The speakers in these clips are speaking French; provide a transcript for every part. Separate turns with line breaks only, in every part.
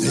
des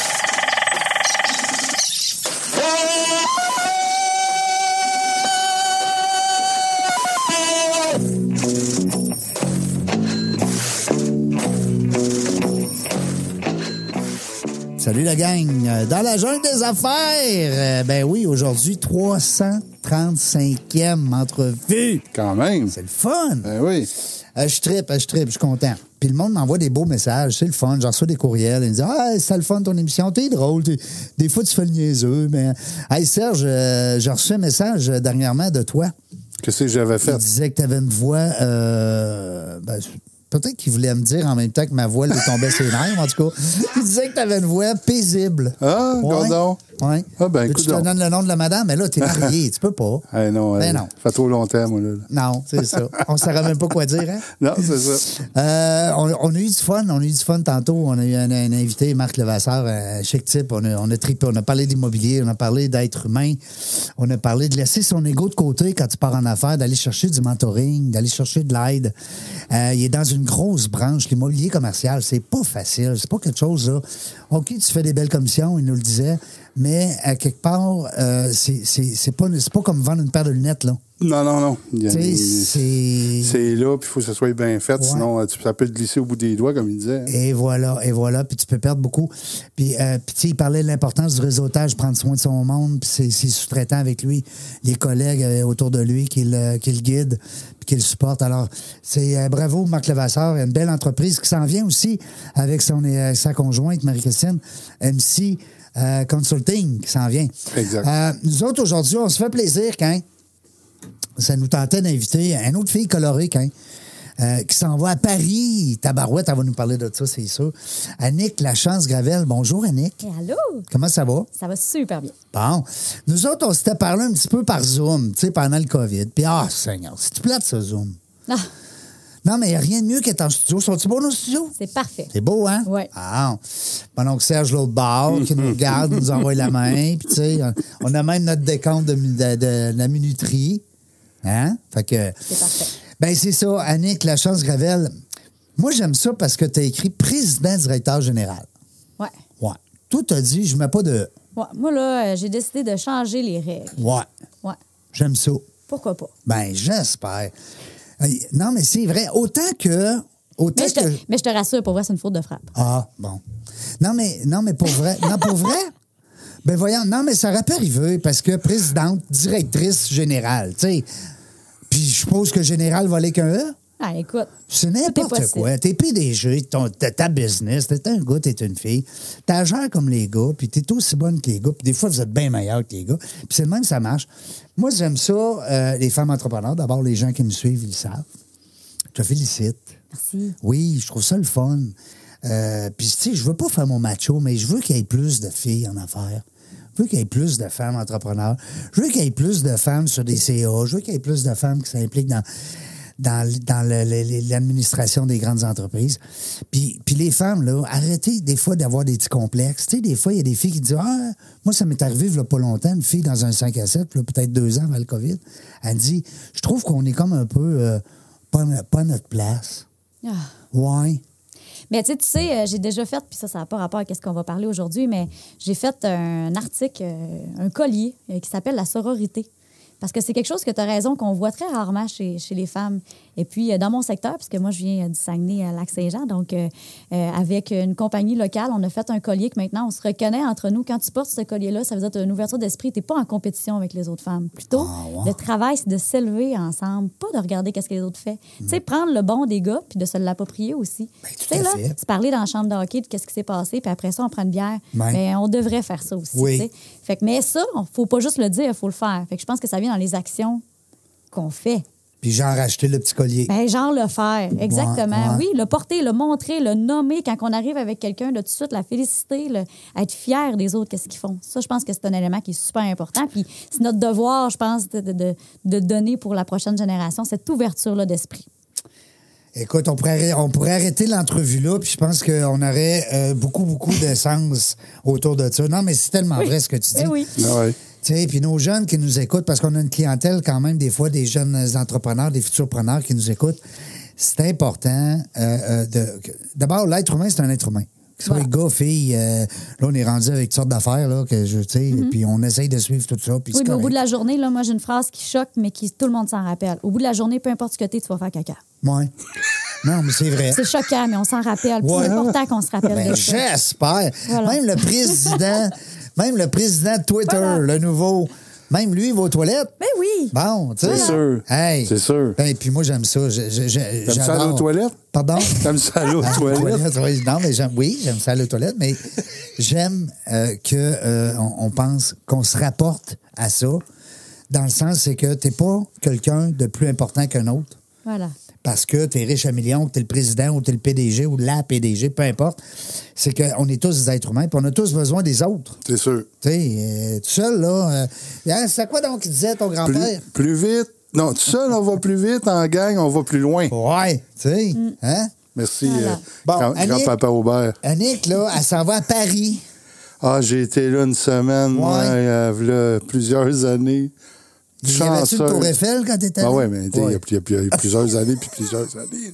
Salut la gang. Euh, Dans la jungle des affaires, euh, ben oui, aujourd'hui, 335e entrevue.
Quand même.
C'est le fun.
Ben oui.
Euh, je trippe, euh, je trippe, je suis content. Puis le monde m'envoie des beaux messages, c'est le fun. J'en reçois des courriels. Ils me disent Ah, c'est le fun ton émission, t'es drôle. t'es- Des fois, tu fais le niaiseux. Mais. Hey Serge, euh, j'ai reçu un message euh, dernièrement de toi.
Qu'est-ce que j'avais
Il
fait?
disait que tu avais une voix. euh, ben, je- Peut-être qu'il voulait me dire en même temps que ma voix lui tombait ses nerfs, en tout cas. Il disait que tu avais une voix paisible.
Ah, gordon.
Ouais.
Ah, ben,
Veux-tu que Je te
coudonc.
donne le nom de la madame, mais là, t'es marié, tu peux pas.
Eh non,
Ben
eh,
non.
Ça fait trop longtemps, moi, là.
Non, c'est ça. On ne saurait même pas quoi dire, hein?
Non, c'est ça.
Euh, on, on a eu du fun, on a eu du fun tantôt. On a eu un, un invité, Marc Levasseur, un chic type. On a, on a trippé, on a parlé d'immobilier, on a parlé d'être humain, on a parlé de laisser son ego de côté quand tu pars en affaires, d'aller chercher du mentoring, d'aller chercher de l'aide. Euh, il est dans une grosse branche, l'immobilier commercial, c'est pas facile, c'est pas quelque chose là. OK, tu fais des belles commissions, il nous le disait, mais à quelque part, euh, c'est- c'est c'est pas, c'est pas comme vendre une paire de lunettes, là.
Non, non, non. Il y a
Tu sais,
des-
c'est.
C'est là, puis il faut que Ben, ça soit bien fait,
Ouais.
sinon euh, tu- ça peut te glisser au bout des doigts, comme il disait. hein.
Et voilà, et voilà. Puis tu peux perdre beaucoup. Puis, euh, puis tu sais, il parlait de l'importance du réseautage, prendre soin de son monde, puis ses, ses sous-traitants avec lui, les collègues euh, autour de lui qui le, qui le guident, puis qui le supportent. Alors, c'est euh, bravo, Marc Levasseur. Il y a une belle entreprise qui s'en vient aussi avec son, euh, sa conjointe, Marie-Christine, MC euh, Consulting, qui s'en vient.
Exact.
Euh, nous autres, aujourd'hui, on se fait plaisir quand ça nous tentait d'inviter une autre fille colorée, quand, euh, qui s'en va à Paris. Tabarouette, elle va nous parler de ça, c'est sûr. Annick Lachance-Gravel. Bonjour, Annick.
Et allô?
Comment ça va?
Ça va super bien.
Bon. Nous autres, on s'était parlé un petit peu par Zoom, tu sais, pendant le COVID. Puis, ah, Seigneur, c'est plate, ce Zoom.
Ah,
Non, mais il n'y a rien de mieux qu'être en studio. Sont-ils beaux, nos studios?
c'est parfait.
C'est beau, hein?
Ouais.
Ah. Mon oncle Serge, l'autre bord, qui nous regarde, nous envoie la main. Puis, tu sais, on a même notre décompte de, mi- de- de la minuterie. Hein? Fait que.
C'est parfait.
Ben, c'est ça, Annick Lachance-Gravel. Moi, j'aime ça parce que tu as écrit président-directeur général.
Ouais.
Ouais. Tout t'as dit, je mets pas de.
Ouais, Moi, là, euh, j'ai décidé de changer les règles.
Ouais.
Ouais.
J'aime ça.
Pourquoi pas?
Ben, j'espère. Euh, Non, mais c'est vrai. Autant que. Autant
Mais je, te,
que.
mais je te rassure, pour vrai, c'est une faute de frappe.
Ah, bon. Non, mais, non, mais pour vrai. non, pour vrai? Ben voyons, non, mais ça aurait pu arriver parce que présidente, directrice générale, tu sais. Puis je suppose que général va aller qu'un E.
Ah, écoute.
C'est n'importe
possible.
quoi. T'es PDG, ton, ta, ta business, t'es un gars, t'es une fille. T'agères comme les gars, puis t'es aussi bonne que les gars, puis des fois, vous êtes bien meilleur que les gars. Puis c'est le même, ça marche. Moi, j'aime ça, euh, les femmes entrepreneurs. D'abord, les gens qui me suivent, ils le savent. Je te félicite.
Merci.
Oui, je trouve ça le fun. Euh, puis, tu sais, je veux pas faire mon macho, mais je veux qu'il y ait plus de filles en affaires. Je veux qu'il y ait plus de femmes entrepreneurs. Je veux qu'il y ait plus de femmes sur des CA. Je veux qu'il y ait plus de femmes qui s'impliquent dans, dans, l- dans le- le- le- l'administration des grandes entreprises. Puis, puis les femmes, là, arrêtez des fois d'avoir des petits complexes. Tu sais, des fois, il y a des filles qui disent Ah, moi, ça m'est arrivé, a pas longtemps, une fille dans un 5 à 7, là, peut-être deux ans avant le COVID. Elle dit Je trouve qu'on est comme un peu euh, pas, pas à notre place.
Ah.
Ouais.
Mais tu sais, tu sais, euh, j'ai déjà fait, puis ça, ça n'a pas rapport à ce qu'on va parler aujourd'hui, mais j'ai fait un article, euh, un collier euh, qui s'appelle la sororité. Parce que c'est quelque chose que tu as raison, qu'on voit très rarement chez, chez les femmes. Et puis, euh, dans mon secteur, puisque moi, je viens euh, du Saguenay à Lac-Saint-Jean, donc euh, euh, avec une compagnie locale, on a fait un collier que maintenant, on se reconnaît entre nous. Quand tu portes ce collier-là, ça veut dire que tu as une ouverture d'esprit, tu n'es pas en compétition avec les autres femmes. Plutôt, le travail, c'est de s'élever ensemble, pas de regarder qu'est-ce que les autres font. Tu sais, prendre le bon des gars, puis de se l'approprier aussi.
Ben, tout
Tu sais,
à
là,
fait.
se parler dans la chambre de hockey de qu'est-ce qui s'est passé, puis après ça, on prend une bière.
Ouais.
Mais on devrait faire ça aussi.
Oui.
tu sais. Fait que, mais ça, il faut pas juste le dire, il faut le faire. Fait que je pense que ça vient dans les actions qu'on fait.
Puis j'en rachetais le petit collier.
Ben, genre le faire, exactement.
ouais.
Oui, le porter, le montrer, le nommer quand on arrive avec quelqu'un, de tout de suite la féliciter, le- être fier des autres, qu'est-ce qu'ils font. Ça, je pense que c'est un élément qui est super important. Puis c'est notre devoir, je pense, de, de- de- de donner pour la prochaine génération cette ouverture-là d'esprit.
Écoute, on pourrait, arrê- on pourrait arrêter l'entrevue là, puis je pense qu'on aurait euh, beaucoup, beaucoup d'essence autour de ça. Non, mais c'est tellement vrai ce que tu dis.
Eh oui.
Ah ouais.
Tu sais, puis nos jeunes qui nous écoutent, parce qu'on a une clientèle quand même, des fois, des jeunes entrepreneurs, des futurs preneurs qui nous écoutent. C'est important euh, euh, de. que- D'abord, l'être humain, c'est un être humain. Que ce soit
Voilà.
gars, fille, euh, là, on est rendu avec toutes sortes d'affaires, là, que je, tu sais, puis on essaye de suivre tout ça. Puis
Mm-hmm. Oui,
c'est
mais au bout de
correct.
la journée, là, moi, j'ai une phrase qui choque, mais qui tout le monde s'en rappelle. Au bout de la journée, peu importe ce que t'es, tu vas faire caca.
Ouais. Non, mais c'est vrai.
C'est choquant, mais on s'en rappelle. Puis
Ouais.
C'est important qu'on se rappelle
Ben,
de ça.
j'espère.
Voilà.
Même le président, même le président de Twitter,
Voilà.
le nouveau, même lui, il va aux toilettes.
Ben oui!
Bon, tu sais.
C'est sûr.
Hey.
C'est sûr.
Ben, puis moi, j'aime ça. Je- je- je-
T'aimes ça aller
j'adore.
aux toilettes?
Pardon?
T'aimes ça aller aux
Ah,
toilettes?
toilettes, oui. Non, mais j'aime, oui, j'aime ça aller aux toilettes, mais j'aime euh, que euh, on, on pense qu'on se rapporte à ça. Dans le sens, c'est que t'es pas quelqu'un de plus important qu'un autre
Voilà.
parce que tu es riche à millions, que tu es le président ou tu es le PDG ou la PDG, peu importe. C'est qu'on est tous des êtres humains, puis on a tous besoin des autres.
C'est sûr.
Tu sais, euh, tout seul, là. euh, Hein, c'est à quoi donc il disait ton
Plus,
grand-père?
plus vite. Non, tout seul, on va plus vite. En gang, on va plus loin.
Ouais, tu sais.
Mm.
Hein?
Merci,
Voilà.
euh,
Bon,
grand-
Annick-
grand-papa Aubert.
Annick, là, elle s'en va à Paris.
Ah, j'ai été là une semaine, moi,
Ouais.
euh, v'là plusieurs années.
Y avait-tu le
Chanceuse.
Tour Eiffel quand t'étais
Ah
là?
ouais, mais tu sais, il y
Ouais.
a plus- il y, a plus- plusieurs années, puis plusieurs années.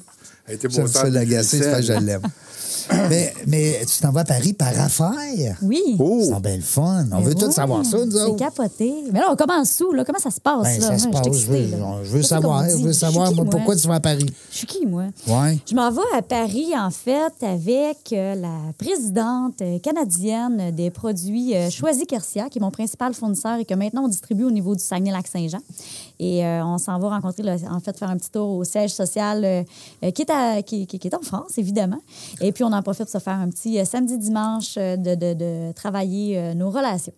Elle était
J'aime ça l'agacer, c'est
pas
vrai, je l'aime. mais, mais tu t'en vas à Paris par affaire.
Oui.
C'est
Oh!
donc bien le fun. On veut
Ben
tout
oui,
savoir ça, nous
C'est
autres.
capoté. Mais là, on commence où? Là? Comment ça se passe?
Ben,
là?
ça se
Moi,
passe.
je
Je
suis excitée,
veux,
là.
je veux
C'est ça
savoir,
qu'on
je
dit.
veux
Je suis
savoir
qui,
moi,
moi?
pourquoi tu vas à Paris.
Je suis qui, moi?
Ouais.
Je m'en vais à Paris, en fait, avec euh, la présidente euh, canadienne des produits euh, Choisy Kersia, qui est mon principal fournisseur et que maintenant on distribue au niveau du Saguenay-Lac-Saint-Jean. Et euh, on s'en va rencontrer, là, en fait, faire un petit tour au siège social euh, euh, qui, est à- qui- qui- qui est en France, évidemment. Et puis, on en profite pour se faire un petit euh, samedi-dimanche euh, de, de- de travailler euh, nos relations.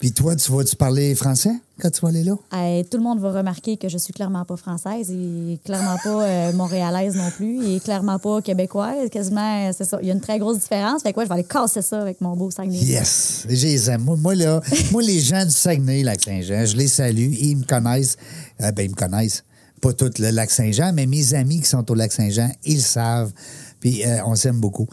Puis toi, tu vas-tu parler français quand tu vas aller là?
Euh, tout le monde va remarquer que je suis clairement pas française et clairement pas euh, montréalaise non plus et clairement pas québécoise. Quasiment, euh, c'est ça. Il y a une très grosse différence. Fait que ouais, je vais aller casser ça avec mon beau Saguenay.
Yes! Je les aime. Moi, moi, là, moi, les gens du Saguenay, Lac-Saint-Jean, je les salue. Ils me connaissent. Euh, ben, ils me connaissent. Pas tout le Lac-Saint-Jean, mais mes amis qui sont au Lac-Saint-Jean, ils le savent. Puis euh, on s'aime beaucoup.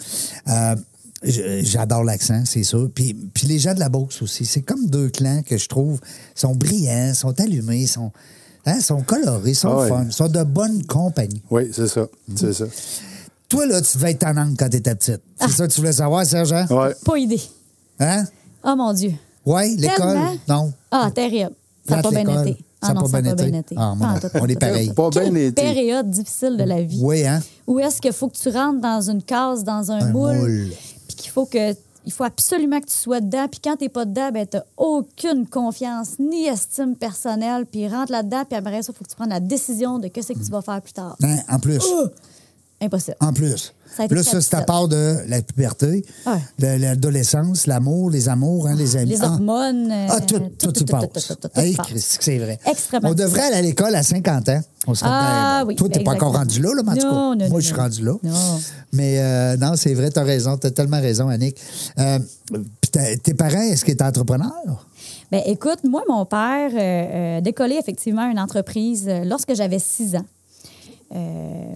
Euh, je- J'adore l'accent, c'est sûr. Puis, puis les gens de la Beauce aussi. C'est comme deux clans que je trouve. sont brillants, sont allumés, sont, hein, sont colorés, sont
Ah ouais.
fun, sont de bonne compagnie.
Oui, c'est ça. C'est ça.
Toi, là, tu devais être en angle quand t'étais petite.
Ah.
C'est ça que tu voulais savoir, Sergent?
Ouais.
Euh, Pas idée.
Hein?
Oh mon Dieu.
Oui, l'école?
Tellement.
Non.
Ah, terrible. Ça n'a
Plate
pas bien
l'école.
été.
Ça a
Ah non,
pas
ça n'a
bien
pas
été.
bien été.
Ah, moi
Pas
non.
en tout.
On est pareil.
Pas bien
Quelle
été.
période difficile de la vie.
Oui, hein?
Où est-ce qu'il faut que tu rentres dans une case, dans un,
Un
moule,
moule.
puis qu'il faut que il faut absolument que tu sois dedans, puis quand t'es pas dedans, ben t'as aucune confiance ni estime personnelle, puis rentre là-dedans, puis après ça, il faut que tu prennes la décision de qu'est-ce que tu vas faire plus tard.
Hein, En plus.
Oh! Impossible.
En plus.
Ça a été
Là, ça, c'est à
capital.
part de la puberté,
Ouais.
de l'adolescence, l'amour, les amours, hein, les amis.
Les
Ah.
hormones. euh,
Ah, tout, tout, tout, passe.
tout, tout, tout
Hey,
passe.
Christy, que c'est vrai.
Extrêmement.
On devrait aller à l'école à 50 ans. On serait
Ah
bien-
oui,
Toi, t'es
ben
pas encore
exactement.
rendu là, là, mais en tout cas,
Non, non,
Moi,
non,
je suis
non.
rendu là.
Non.
Mais euh, non, c'est vrai, t'as raison. T'as tellement raison, Annick. Euh, puis t'as- tes parents, est-ce qu'ils étaient entrepreneurs?
Ben, écoute, moi, mon père euh, euh, décollait effectivement une entreprise euh, lorsque j'avais 6 ans. Euh,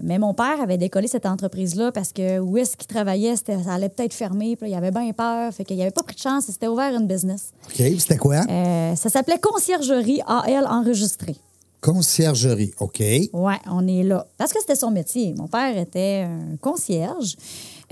mais mon père avait décollé cette entreprise-là parce que où est-ce qu'il travaillait, c'était- ça allait peut-être fermer. Puis là, il avait bien peur. Fait qu'il n'avait pas pris de chance. Il s'était ouvert une business.
OK, puis c'était quoi?
Euh, ça s'appelait Conciergerie AL enregistrée.
Conciergerie, OK.
Ouais, on est là. Parce que c'était son métier. Mon père était un concierge.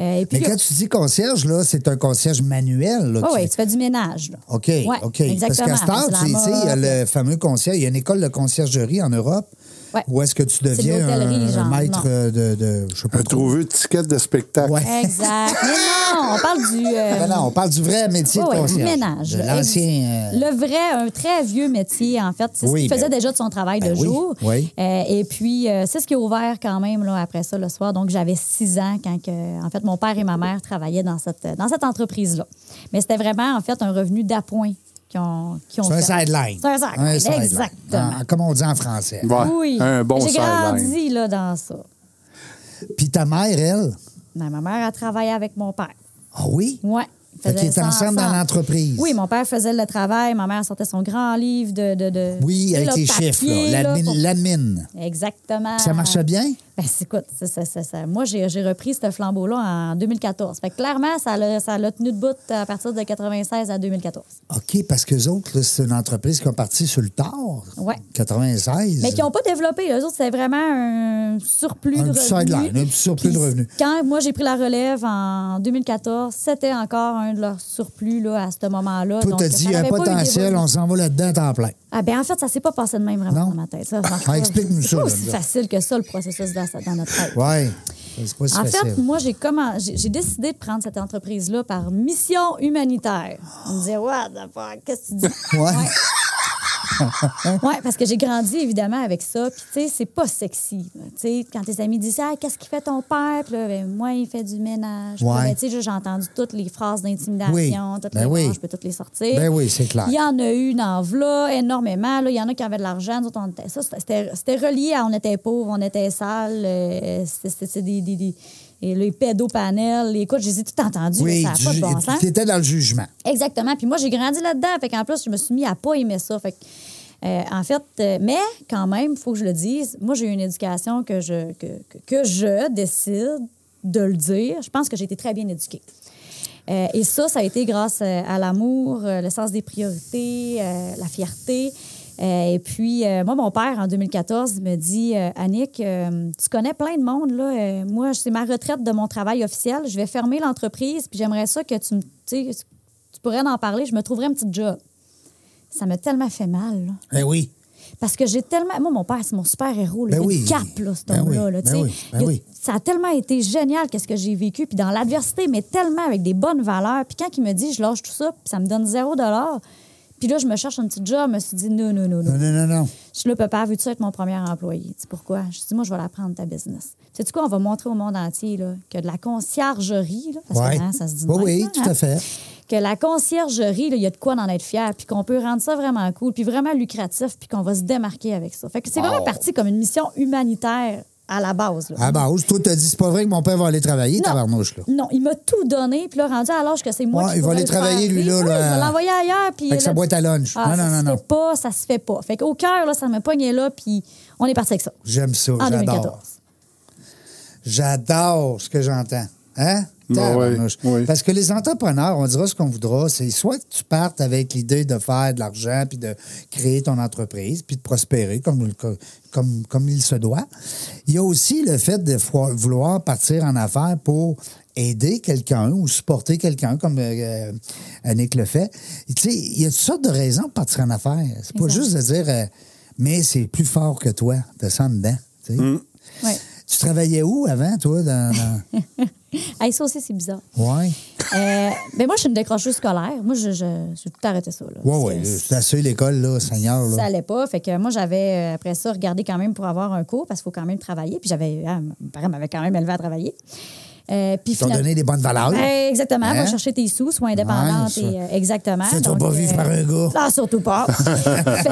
Euh, et puis,
Mais quand tu dis concierge, là, c'est un concierge manuel. Là,
Ouais,
qui-
ouais, tu fais du ménage. là.
OK,
Ouais,
OK.
Exactement.
Parce qu'à
C'est
ce
la
temps, tu sais, il y a
mode.
le fameux concierge. Il y a une école de conciergerie en Europe.
Ouais.
Où est-ce que tu
de
deviens un,
l'hôtellerie, genre,
un maître
non.
euh, de, de. Je sais pas
Un
trop.
trouvé de tickets de spectacle.
Ouais.
Exact. Mais non, on parle du. euh,
Ben non, on parle du vrai métier
Ouais,
de
ouais,
concierge.
ménage.
De L'ancien.
Ex-
euh,
Le vrai, un très vieux métier, en fait. C'est
Oui,
ce qu'il faisait
ben-
déjà de son travail
ben
de
oui,
jour.
oui.
Euh, et puis, euh, c'est ce qui a ouvert quand même là, après ça le soir. Donc, j'avais six ans quand, que, en fait, euh, mon père et ma mère travaillaient dans cette, dans cette entreprise-là. Mais c'était vraiment, en fait, un revenu d'appoint qui ont, qui ont
C'est un
fait.
sideline.
C'est un sideline,
Un sideline.
exactement.
En- comme on dit en français.
Ah. Ouais,
Oui.
Un bon
J'ai
sideline.
grandi là, dans ça.
Puis ta mère, elle,
Mais ma mère a travaillé avec mon père.
ah oui?
Oui.
Fait qu'ils étaient ensemble dans l'entreprise.
Oui, mon père faisait le travail, ma mère sortait son grand livre de. de, de
Oui,
tu sais,
avec
le
les
papier,
chiffres, là,
là,
l'admin.
pour-
l'admin.
Exactement.
Puis Ça marchait bien?
Ben, c'est- écoute, ça, ça, ça, ça- moi, j'ai j'ai repris ce flambeau-là en 2014. Fait que clairement, ça l'a ça l'a tenu debout à partir de 96 à 2014.
OK, parce qu'eux autres, là, c'est une entreprise qui est partie sur le tard.
Ouais.
96.
Mais qui n'ont pas développé. Eux autres, c'est vraiment un surplus
Un
de
petit
revenus.
sideline, un petit surplus de
Puis,
revenus.
Quand moi, j'ai pris la relève en 2014, c'était encore un de leurs surplus là, à ce moment-là.
Toi,
Donc,
t'as
ça
dit, il y a un
n'avait pas eu
potentiel,
d'évolution.
on s'en va là-dedans à temps plein.
Ah, ben, en fait, ça ne s'est pas passé de même vraiment
Non.
dans ma tête. Ça, ça marche
Ah,
pas.
explique-nous
C'est
ça,
pas
là,
aussi
là.
facile que ça, le processus dans, dans notre tête.
Oui. C'est pas si
En
facile.
fait, moi, j'ai comment j'ai j'ai décidé de prendre cette entreprise-là par mission humanitaire. On me disait, what the fuck, qu'est-ce que tu dis?
Ouais. Hein?
Oui, parce que j'ai grandi évidemment avec ça. Puis, tu sais, c'est pas sexy. Tu sais, quand tes amis disent, ah, qu'est-ce qu'il fait ton père? Puis là, ben, moi, il fait du ménage. Puis là,
Ouais.
ben, tu sais, j'ai entendu toutes les phrases d'intimidation,
Oui.
toutes
Ben
les
oui.
phrases, je peux toutes les sortir.
Ben oui, c'est clair.
Il y en a eu dans là énormément. Là. Il y en a qui avaient de l'argent. Nous autres, on était- Ça, c'était c'était relié à on était pauvres, on était sales. euh, c'était- C'était des. des, des- et les pédopanels, écoute, j'ai tout entendu,
oui,
là, ça n'a pas de bon sens.
tu étais dans le jugement.
Exactement. Puis moi, j'ai grandi là-dedans. Fait qu'en plus, je me suis mis à pas aimer ça. Fait que, euh, en fait, euh, mais quand même, il faut que je le dise, moi, j'ai eu une éducation que je, que, que- que je décide de le dire. Je pense que j'ai été très bien éduquée. Euh, et ça, ça a été grâce euh, à l'amour, euh, le sens des priorités, euh, la fierté. Euh, et puis, euh, moi, mon père, en 2014, il me dit euh, Annick, euh, tu connais plein de monde, là. Euh, moi, c'est ma retraite de mon travail officiel. Je vais fermer l'entreprise, puis j'aimerais ça que tu me. tu sais, tu pourrais en parler, je me trouverais un petit job. Ça m'a tellement fait mal. là.
Ben oui.
Parce que j'ai tellement. Moi, mon père, c'est mon super-héros. là.
Ben
Il a
oui.
une cape, là, cet
Ben
homme-là.
oui, ben
là, tu sais.
oui, ben
Il a-
oui.
Ça a tellement été génial, qu'est-ce que j'ai vécu. Puis dans l'adversité, mais tellement avec des bonnes valeurs. Puis quand il me dit, je lâche tout ça, puis ça me donne zéro dollar. Puis là, je me cherche un petit job. Je me suis dit, non, non, non, non.
Non, non, non, non.
Je suis là, papa, veux-tu être mon premier employé? Tu sais pourquoi? Je dis, moi, je vais la prendre, ta business. Tu sais quoi, on va montrer au monde entier là, que de la conciergerie, là, parce que,
Ouais.
hein, ça se dit de
Oui,
même,
oui,
hein,
tout à fait.
Que la conciergerie, là, il y a de quoi d'en être fier, puis qu'on peut rendre ça vraiment cool, puis vraiment lucratif, puis qu'on va se démarquer avec ça. Fait que c'est vraiment parti comme une mission humanitaire à la base. là.
À base, toi, t'as dit, c'est pas vrai que mon père va aller travailler, tabarnouche, là.
Non, il m'a tout donné, puis là, rendu à l'âge que c'est moi
Ouais,
qui
il va
pourrais
aller
le faire
travailler, lui,
vivre.
là,
Oui,
là.
je vais l'envoyer ailleurs, puis...
Avec sa
là,
boîte à lunch.
Ah,
Non,
ça
non, non,
se
non.
fait pas, ça se fait pas. Fait qu'au cœur, là, ça me pognait là, puis on est parti avec ça.
J'aime ça,
En
Oh, j'adore.
2014.
J'adore ce que j'entends. Hein?
Ben
Tabarnouche.
oui, oui.
Parce que les entrepreneurs, on dira ce qu'on voudra, c'est soit que tu partes avec l'idée de faire de l'argent puis de créer ton entreprise puis de prospérer comme, comme, comme il se doit. Il y a aussi le fait de fo- vouloir partir en affaires pour aider quelqu'un ou supporter quelqu'un, comme euh, Annick le fait. Tu sais, il y a toutes sortes de raisons de partir en affaires. C'est pas
Exact.
juste de dire, euh, mais c'est plus fort que toi, de ça en dedans. tu sais.
Oui.
Tu travaillais où avant, toi? Dans, dans-
Hey, ça aussi, c'est bizarre.
Ouais.
Euh, ben moi, je suis une décrocheuse scolaire. Moi, je, je- j'ai tout arrêté ça. Là,
Ouais, ouais.
Parce que
C'est assez l'école, là, Seigneur.
Ça
Là.
allait pas. Fait que moi, j'avais, euh, après ça, regardé quand même pour avoir un cours parce qu'il faut quand même travailler. Puis j'avais, ah, mes parents m'avaient quand même élevé à travailler. Euh, puis
Ils t'ont donné des bonnes valeurs.
Eh, exactement.
Hein?
Va chercher tes sous, sois indépendante.
Ouais, ça.
et, euh, exactement.
Fais-toi
Donc,
pas vivre par un gars.
Ah, surtout pas.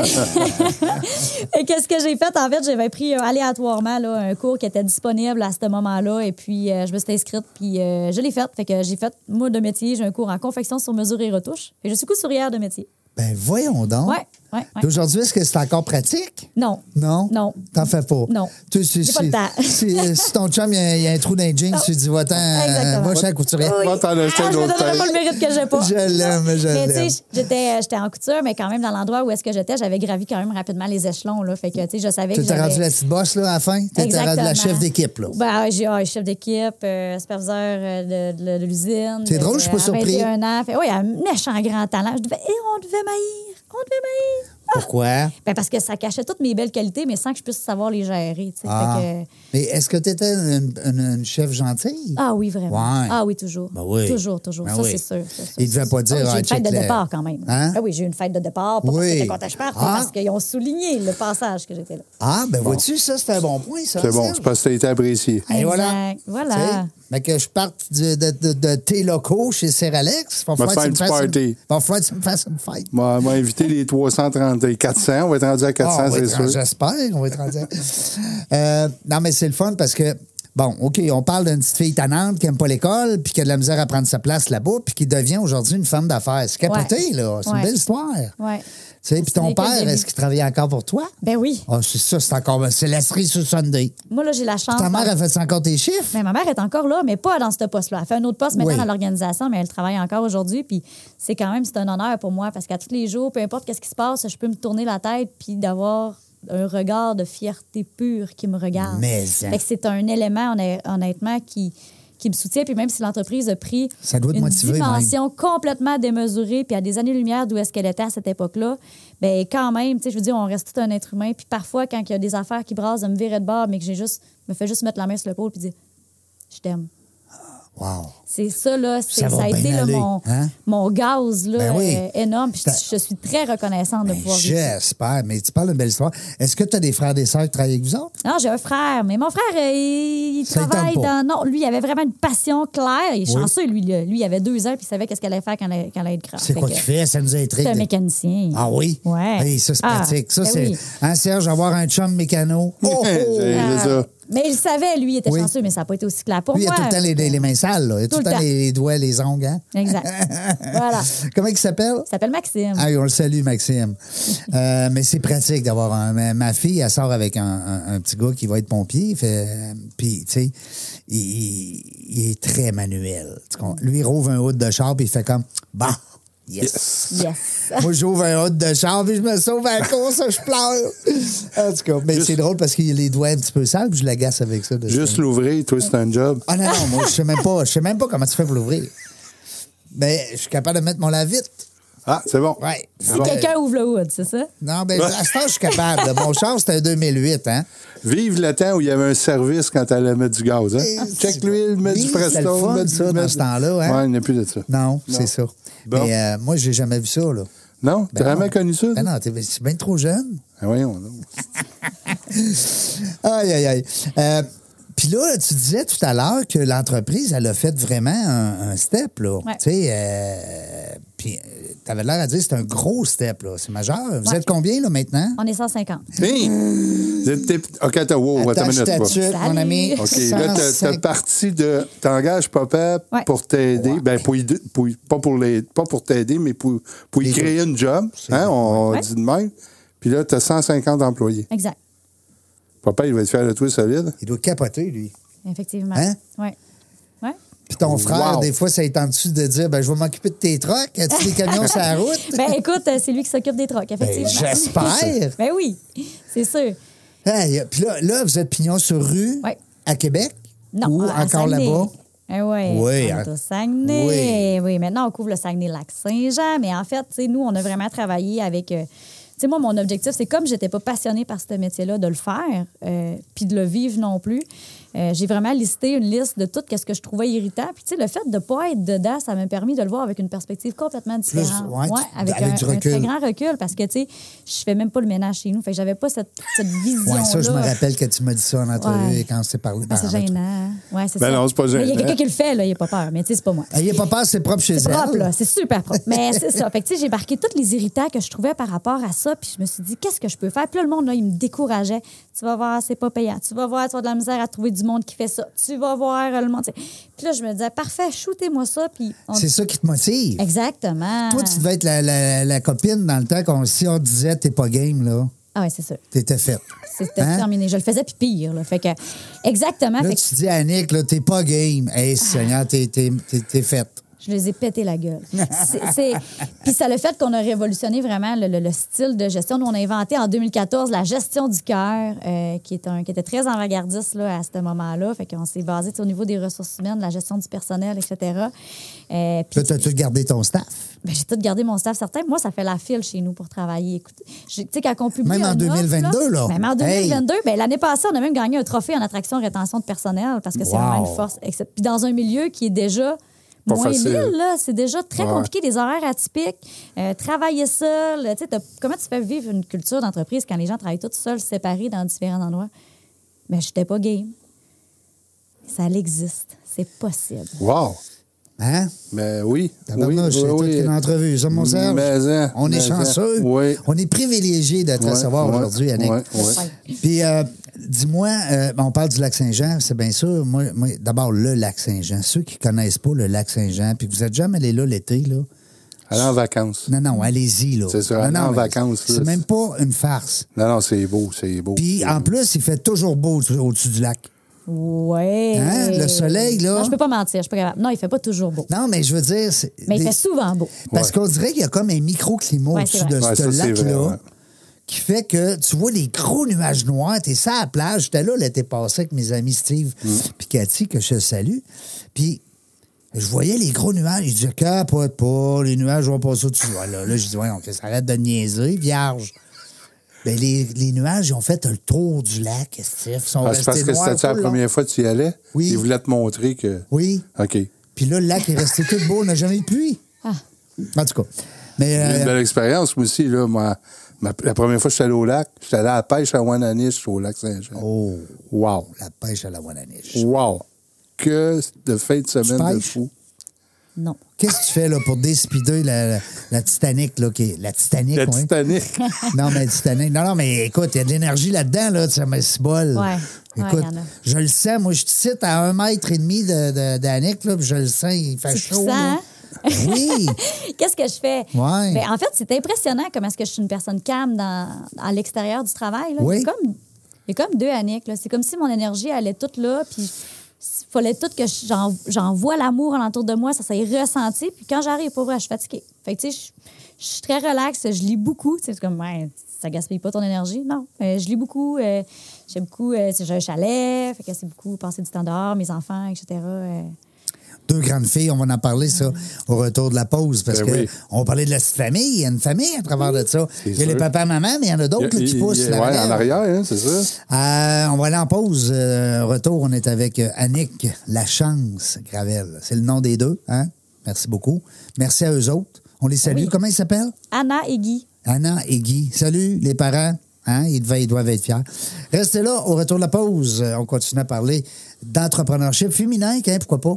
Fait- et qu'est-ce que j'ai fait? En fait, j'avais pris euh, aléatoirement là, un cours qui était disponible à ce moment-là. Et puis, euh, je me suis inscrite, puis euh, je l'ai fait. Fait que j'ai fait, moi, de métier, j'ai un cours en confection sur mesure et retouche. Et je suis couturière de métier.
Ben, voyons donc.
Ouais, ouais, ouais.
Puis Aujourd'hui, est-ce que c'est encore pratique?
Non.
Non?
Non.
T'en fais pas?
Non.
Tu, si,
J'ai pas le
si-
temps.
si, euh, si ton chum, il y, a- il y a un trou dans les jeans,
Non.
tu dis, va-t'en, euh,
Exactement.
va chez la couturière.
Oui.
Va t'en acheter
Ah,
un
je me
autre
donnerais
test.
pas le mérite que j'ai pas.
Je l'aime, je
Mais
l'aime.
tu sais, j'étais j'étais en couture, mais quand même dans l'endroit où est-ce que j'étais, j'avais gravi quand même rapidement les échelons. Là. Fait que, tu sais, je savais
Tu
que
t'es
j'avais-
rendu la petite bosse, là, à la fin? Tu t'es rendu la
Exactement.
chef d'équipe, là.
Ben, ouais, j'ai ah, chef d'équipe, euh, superviseur euh, de, de- de l'usine. Euh,
C'est drôle, je suis pas surpris.
un an. Fait- oui, un méchant grand talent. Je devais, eh, on devait maïr. On devait maïr. Ah!
Pourquoi?
Ben, parce que ça cachait toutes mes belles qualités, mais sans que je puisse savoir les gérer. tu sais. Fait
Ah.
que-
Mais est-ce que tu étais une, une- une chef gentille?
Ah oui, vraiment.
Ouais.
Ah oui, toujours.
Ben oui.
Toujours, toujours.
Ben
ça,
oui.
c'est sûr. ça, ça,
Il devait
ça.
pas dire,
Ah oui,
ah,
J'ai une fête de
check-le.
départ quand même.
Hein?
Ah oui, j'ai eu une fête de départ. Pas
Oui.
parce que j'étais contente, je parte,
Ah.
parce qu'ils ont souligné le passage que j'étais là.
Ah, ben vois-tu, ça, c'est un bon point, ça.
C'est bon,
Serge.
c'est parce que t'as été apprécié.
Et voilà.
Exact. Voilà.
Tu Mais que je parte de, de, de, de tes locaux chez Seralex. Va
Va
falloir
faire
que tu
un
me
petit
fasses une-
party.
Va falloir que tu me fasses une fête.
M'a m'a invité les 330 et 400. On va être rendu à 400,
Ah, on va
c'est
être rendu-
sûr.
J'espère, on va être rendu à- Euh, non, mais c'est le fun parce que, bon, OK, on parle d'une petite fille tannante qui n'aime pas l'école, puis qui a de la misère à prendre sa place là-bas, puis qui devient aujourd'hui une femme d'affaires. C'est capoté,
Ouais.
là. C'est une
Ouais.
belle histoire.
Ouais.
Tu sais, puis ton
n'est que le
père,
début.
est-ce qu'il travaille encore pour toi?
Ben oui.
Ah, c'est ça, c'est encore. C'est la cerise sur Sunday.
Moi, là, j'ai la chance.
Ta
d'en-
mère a fait ça encore tes chiffres?
Mais ma mère est encore là, mais pas dans ce poste-là. Elle fait un autre poste maintenant
Oui.
dans l'organisation, mais elle travaille encore aujourd'hui. Puis c'est quand même c'est un honneur pour moi parce qu'à tous les jours, peu importe qu'est-ce qui se passe, je peux me tourner la tête puis d'avoir un regard de fierté pure qui me regarde.
Mais, hein.
Fait que c'est un élément honnê- honnêtement qui qui me soutient puis même si l'entreprise a pris
Ça doit te
une
motiver, même.
dimension complètement démesurée puis à des années-lumière d'où est-ce qu'elle était à cette époque-là, ben quand même, tu sais, je veux dire, on reste tout un être humain puis parfois quand il y a des affaires qui brassent, de me virer de bord mais que j'ai juste me fait juste mettre la main sur le pôle puis dire je t'aime.
Wow.
C'est ça, là. c'est-
Ça
Ça,
va
a
bien
été là,
aller,
mon,
hein?
mon gaz là,
Ben oui.
euh, énorme. Puis je, je suis très reconnaissante de
Ben,
pouvoir vivre ça.
J'espère, mais tu parles d'une belle histoire. Est-ce que tu as des frères et des sœurs qui travaillent avec vous autres?
Non, j'ai un frère, mais mon frère, euh, il, il
Ça, il
travaille
tente pas.
dans. Non, lui, il avait vraiment une passion claire. Il est
Oui.
chanceux, lui. là. Lui, il avait deux ans, puis il savait qu'est-ce qu'elle allait faire quand elle, quand elle allait être grande.
C'est quoi
Ah, que
qu'il fait? Ça nous intrigue.
C'est un mécanicien.
Ah oui?
Ouais.
Hey, ça, c'est
Ah,
pratique. Ça,
ben
c'est.
oui.
Hein, Serge, avoir un chum mécano. Oh, oh!
J'ai- j'ai
Ah,
ça.
Mais il savait, lui, il était
Oui.
chanceux, mais ça n'a pas été aussi clair pour
Lui, il a
moi.
tout le temps les, les mains sales, là. Il a tout, le temps les, les doigts, les ongles, hein?
Exact. voilà.
Comment il s'appelle?
Il s'appelle Maxime.
Ah, on le salue, Maxime. Euh, mais c'est pratique d'avoir un. ma- Ma fille, elle sort avec un, un- un petit gars qui va être pompier. Fait, euh, puis, tu sais, il, il- il est très manuel. Tu comprends? Lui, il rouvre un hood de char, puis il fait comme Bah, yes.
Yes.
Moi, j'ouvre un hood de char, puis je me sauve à la course, je pleure. En tout cas, mais c'est drôle parce qu'il a les doigts un petit peu sales, puis je l'agace avec ça. de-
Juste l'ouvrir, toi, c'est un job.
Ah non, non, moi, je sais même pas. Je sais même pas comment tu fais pour l'ouvrir. Mais je suis capable de mettre mon lave-vite.
Ah, c'est bon.
Ouais.
Si quelqu'un ouvre le hood, c'est ça?
Non, ben, à ce temps, je suis capable. Mon char, c'était un 2008, hein?
Vive le temps où il y avait un service quand t'allais mettre du gaz.
Et
Hein? Check
c'est
l'huile,
bon.
mets
Oui,
du
c'est le
Prestone,
fun,
mets du...
ça, dans
mets-
ce temps-là, hein?
Ouais, il n'y a plus de ça.
Non, c'est ça.
Bon.
Mais euh, moi, j'ai jamais vu ça, là.
Non?
Ben
T'as jamais
non.
connu ça?
Ben non, t'es ben, c'est bien trop jeune.
Ah, voyons. non.
Aïe, aïe, aïe. Euh, Puis là, tu disais tout à l'heure que l'entreprise, elle a fait vraiment un, un step, là.
Ouais.
Tu sais, euh, puis euh, t'avais l'air à dire que c'est un gros step, là. C'est majeur. Vous
Ouais.
êtes combien, là, maintenant?
On est 150.
Hey! T'es- t'es- OK, attends, wow, Oh, attends une minute.
ta
toi.
tuque, mon
Salut.
ami.
OK, là, t'as- t'as
150.
parti de... T'engages papa
Ouais.
pour t'aider.
Ouais.
Ben, pour, y- pour y- pas pour les- pas pour t'aider, mais pour, pour y
Les
créer une job. Hein, on
Ouais.
dit de même. Puis là, t'as 150 employés.
Exact.
Papa, il va te faire le tour solide.
Il doit capoter, lui.
Effectivement.
Hein?
Oui. Oui.
Puis ton frère,
Oh, Wow.
des fois, ça est en dessus de dire ben, Je vais m'occuper de tes trucks. As-tu des camions sur la route
Ben écoute, euh, c'est lui qui s'occupe des trocs, effectivement.
Ben, j'espère.
ben oui, c'est sûr.
Hey, Puis là, là, vous êtes pignon sur rue
Ouais.
à Québec
Non,
ou
à- à
encore
Saguenay.
là-bas.
Eh ouais,
Oui,
on est
hein.
au Saguenay. Oui. maintenant on couvre le Saguenay-Lac-Saint-Jean, mais en fait, tu sais, nous, on a vraiment travaillé avec. euh, tu sais, moi, mon objectif, c'est comme j'étais pas passionnée par ce métier-là, de le faire, euh, puis de le vivre non plus. euh, j'ai vraiment listé une liste de tout ce que je trouvais irritant. Puis, tu sais, le fait de ne pas être dedans, ça m'a permis de le voir avec une perspective complètement différente.
ouais, tu-
avec
avec
un,
du
un très
recul.
grand recul, parce que, tu sais, je fais même pas le ménage chez nous. Fait que j'avais pas cette, cette vision-là.
Ouais, ça, je me rappelle que tu m'as dit ça en entrevue
Ouais.
et quand on s'est parlé.
Ben,
par-
c'est gênant. hein? Ouais, c'est
Ben
ça.
non, c'est pas
Mais Il y a
gênant.
quelqu'un qui le fait, là, il n'y a pas peur, mais tu sais, c'est pas moi.
Ayez Ah, pas peur, c'est propre chez
C'est
elle.
propre, là. C'est super propre. Mais c'est ça. Fait que, tu sais, j'ai marqué tous les irritants que je trouvais par rapport à ça. Puis je me suis dit, qu'est-ce que je peux faire? Puis là, le monde, là, il me décourageait. Tu vas voir, c'est pas payant. Tu vas voir, tu as de la misère à trouver du monde qui fait ça. Tu vas voir euh, le monde. tu sais. Puis là, je me disais, parfait, shootez-moi ça. Puis on...
C'est ça qui te motive.
Exactement.
Toi, tu devais être la, la- la copine dans le temps qu'on si on disait t'es pas game, là,
Ah ouais, c'est ça.
t'étais faite.
C'était
Hein?
terminé. Je le faisais, puis pire. Là. Fait que, exactement.
Là,
Ah, Fait que Ah.
tu dis à Nick, là, t'es pas game. Hey, Seigneur, t'es, t'es, t'es- t'es faite.
Je les ai pété la gueule. C'est- c'est- Puis ça le fait qu'on a révolutionné vraiment le, le- le style de gestion. Nous, on a inventé en 2014 la gestion du cœur, euh, qui, est un- qui était très avant-gardiste là, à ce moment-là. Fait qu'on s'est basé tu sais, au niveau des ressources humaines, la gestion du personnel, etc. Euh, puis-
Là, t'as-tu gardé ton staff?
ben, j'ai tout gardé mon staff certain. Moi, ça fait la file chez nous pour travailler. Écoute, je- tu sais, quand on publie.
Même en
une offre,
2022, là.
Même en
Hey!
2022, ben, l'année passée, on a même gagné un trophée en attraction rétention de personnel parce que c'est
Wow!
vraiment une force. excep- Puis dans un milieu qui est déjà.
Pas
Moins
facile.
1000, là, c'est déjà très
Ouais.
compliqué, des horaires atypiques, euh, travailler seul. Tu sais, t'as- comment tu fais vivre une culture d'entreprise Ben, quand les gens travaillent tous seuls, séparés dans différents endroits? Mais j'étais pas game. Ça existe. C'est possible.
Wow!
Hein?
Mais oui.
Tabarnouche, c'est toute une entrevue. Ça, mon Serge?
Mais, hein,
on est
mais, hein.
chanceux.
Oui.
On est privilégié de te
Ouais,
recevoir
ouais,
aujourd'hui, Annick.
ouais, ouais.
Puis, euh, dis-moi, euh, on parle du lac Saint-Jean, c'est bien sûr. Moi, moi, D'abord, le lac Saint-Jean. Ceux qui connaissent pas le lac Saint-Jean, puis que vous êtes jamais allé là l'été, là.
Aller en vacances.
Non, non, allez-y, là.
C'est ça,
Non,
aller
non,
en
mais
vacances, là,
C'est même pas une farce.
Non, non, c'est beau, c'est beau.
Puis, en plus, il fait toujours beau au- au-dessus du lac.
Ouais.
Hein, le soleil, là.
Non, je peux pas mentir. Je suis pas capable. Non, il fait pas toujours beau.
Non, mais je veux dire. c'est
Mais il
des-
fait souvent beau.
Parce
Ouais.
qu'on dirait qu'il y a comme un microclimat
Ouais,
au-dessus
c'est
de
vrai.
ce
Ouais, ça, c'est vrai,
lac-là
ouais.
qui fait que tu vois des gros nuages noirs. T'es ça à la plage. J'étais là l'été passé avec mes amis Steve
Mm.
puis Cathy, que je salue. Puis je voyais les gros nuages. Ils disaient capote pas, les nuages vont passer au-dessus. Ouais, Là, là je dis, ouais, on s'arrête de niaiser, vierge. Ben, les, les nuages, ils ont fait le tour du lac, Steve. Ils sont
Ah, Parce,
restés
parce que
noirs
c'était
tout
la
le long.
première fois que tu y allais.
Oui.
Ils voulaient te montrer que.
Oui. Euh,
OK.
Puis là, le lac est resté tout beau. On n'a jamais eu de pluie.
Ah.
En tout cas. Mais,
J'ai eu
euh,
Une belle expérience, moi aussi. Là, moi, ma- la première fois que je suis allé au lac, je suis allé à la pêche à Wananiche, au lac Saint-Jean.
oh,
Wow!
la pêche à la Wananiche.
Wow! Que de fin de semaine de
pêches?
fou.
Non.
Qu'est-ce que tu fais là, pour déspider la, la- la Titanic? Là, qui est- la Titanic,
La
oui.
Titanic.
Non, mais Titanic. Non, non, mais écoute, il y a de l'énergie là-dedans, là, ça me bol.
Ouais, ouais,
Écoute,
y en a.
je le sens. Moi, je te cite à un mètre et demi d'Annick, de, d'Annick, là, puis je le sens, il fait
C'est
chaud.
puissant,
là.
hein?
Oui,
Qu'est-ce que je fais?
Ouais.
Ben, en fait, c'est impressionnant comment est-ce que je suis une personne calme dans, à l'extérieur du travail. là.
Oui.
Il, y a comme, il y a comme deux Annick. là. C'est comme si mon énergie allait toute là, puis il fallait tout que je- j'en- j'envoie l'amour alentour de moi, ça s'est ressenti. Puis quand j'arrive, pour vrai, je suis fatiguée. Fait que, tu sais, je, je suis très relaxe, je lis beaucoup. Tu sais, C'est comme, Ouais, ça gaspille pas ton énergie. Non, Euh, je lis beaucoup. euh, J'aime beaucoup, euh, j'ai un chalet, fait que c'est beaucoup passer du temps dehors, mes enfants, etc. euh.
deux grandes filles, on va en parler, ça, au retour de la pause, parce
Ben
que
oui.
on va parler de la famille. Il y a une famille à travers de ça. Il y a
sûr.
les papas maman, mais il y en a d'autres là, qui
Il- il-
poussent.
il-
la
ouais,
relève.
en arrière, hein, c'est ça?
Euh, on va aller en pause. Euh, retour, on est avec euh, Annick Lachance Gravel. C'est le nom des deux. Hein? Merci beaucoup. Merci à eux autres. On les salue.
Oui.
Comment ils s'appellent?
Anna et Guy.
Anna et Guy. Salut, les parents. Hein? Ils, devaient- ils doivent être fiers. Restez là. Au retour de la pause, euh, on continue à parler d'entrepreneurship féminin. Hein? Pourquoi pas?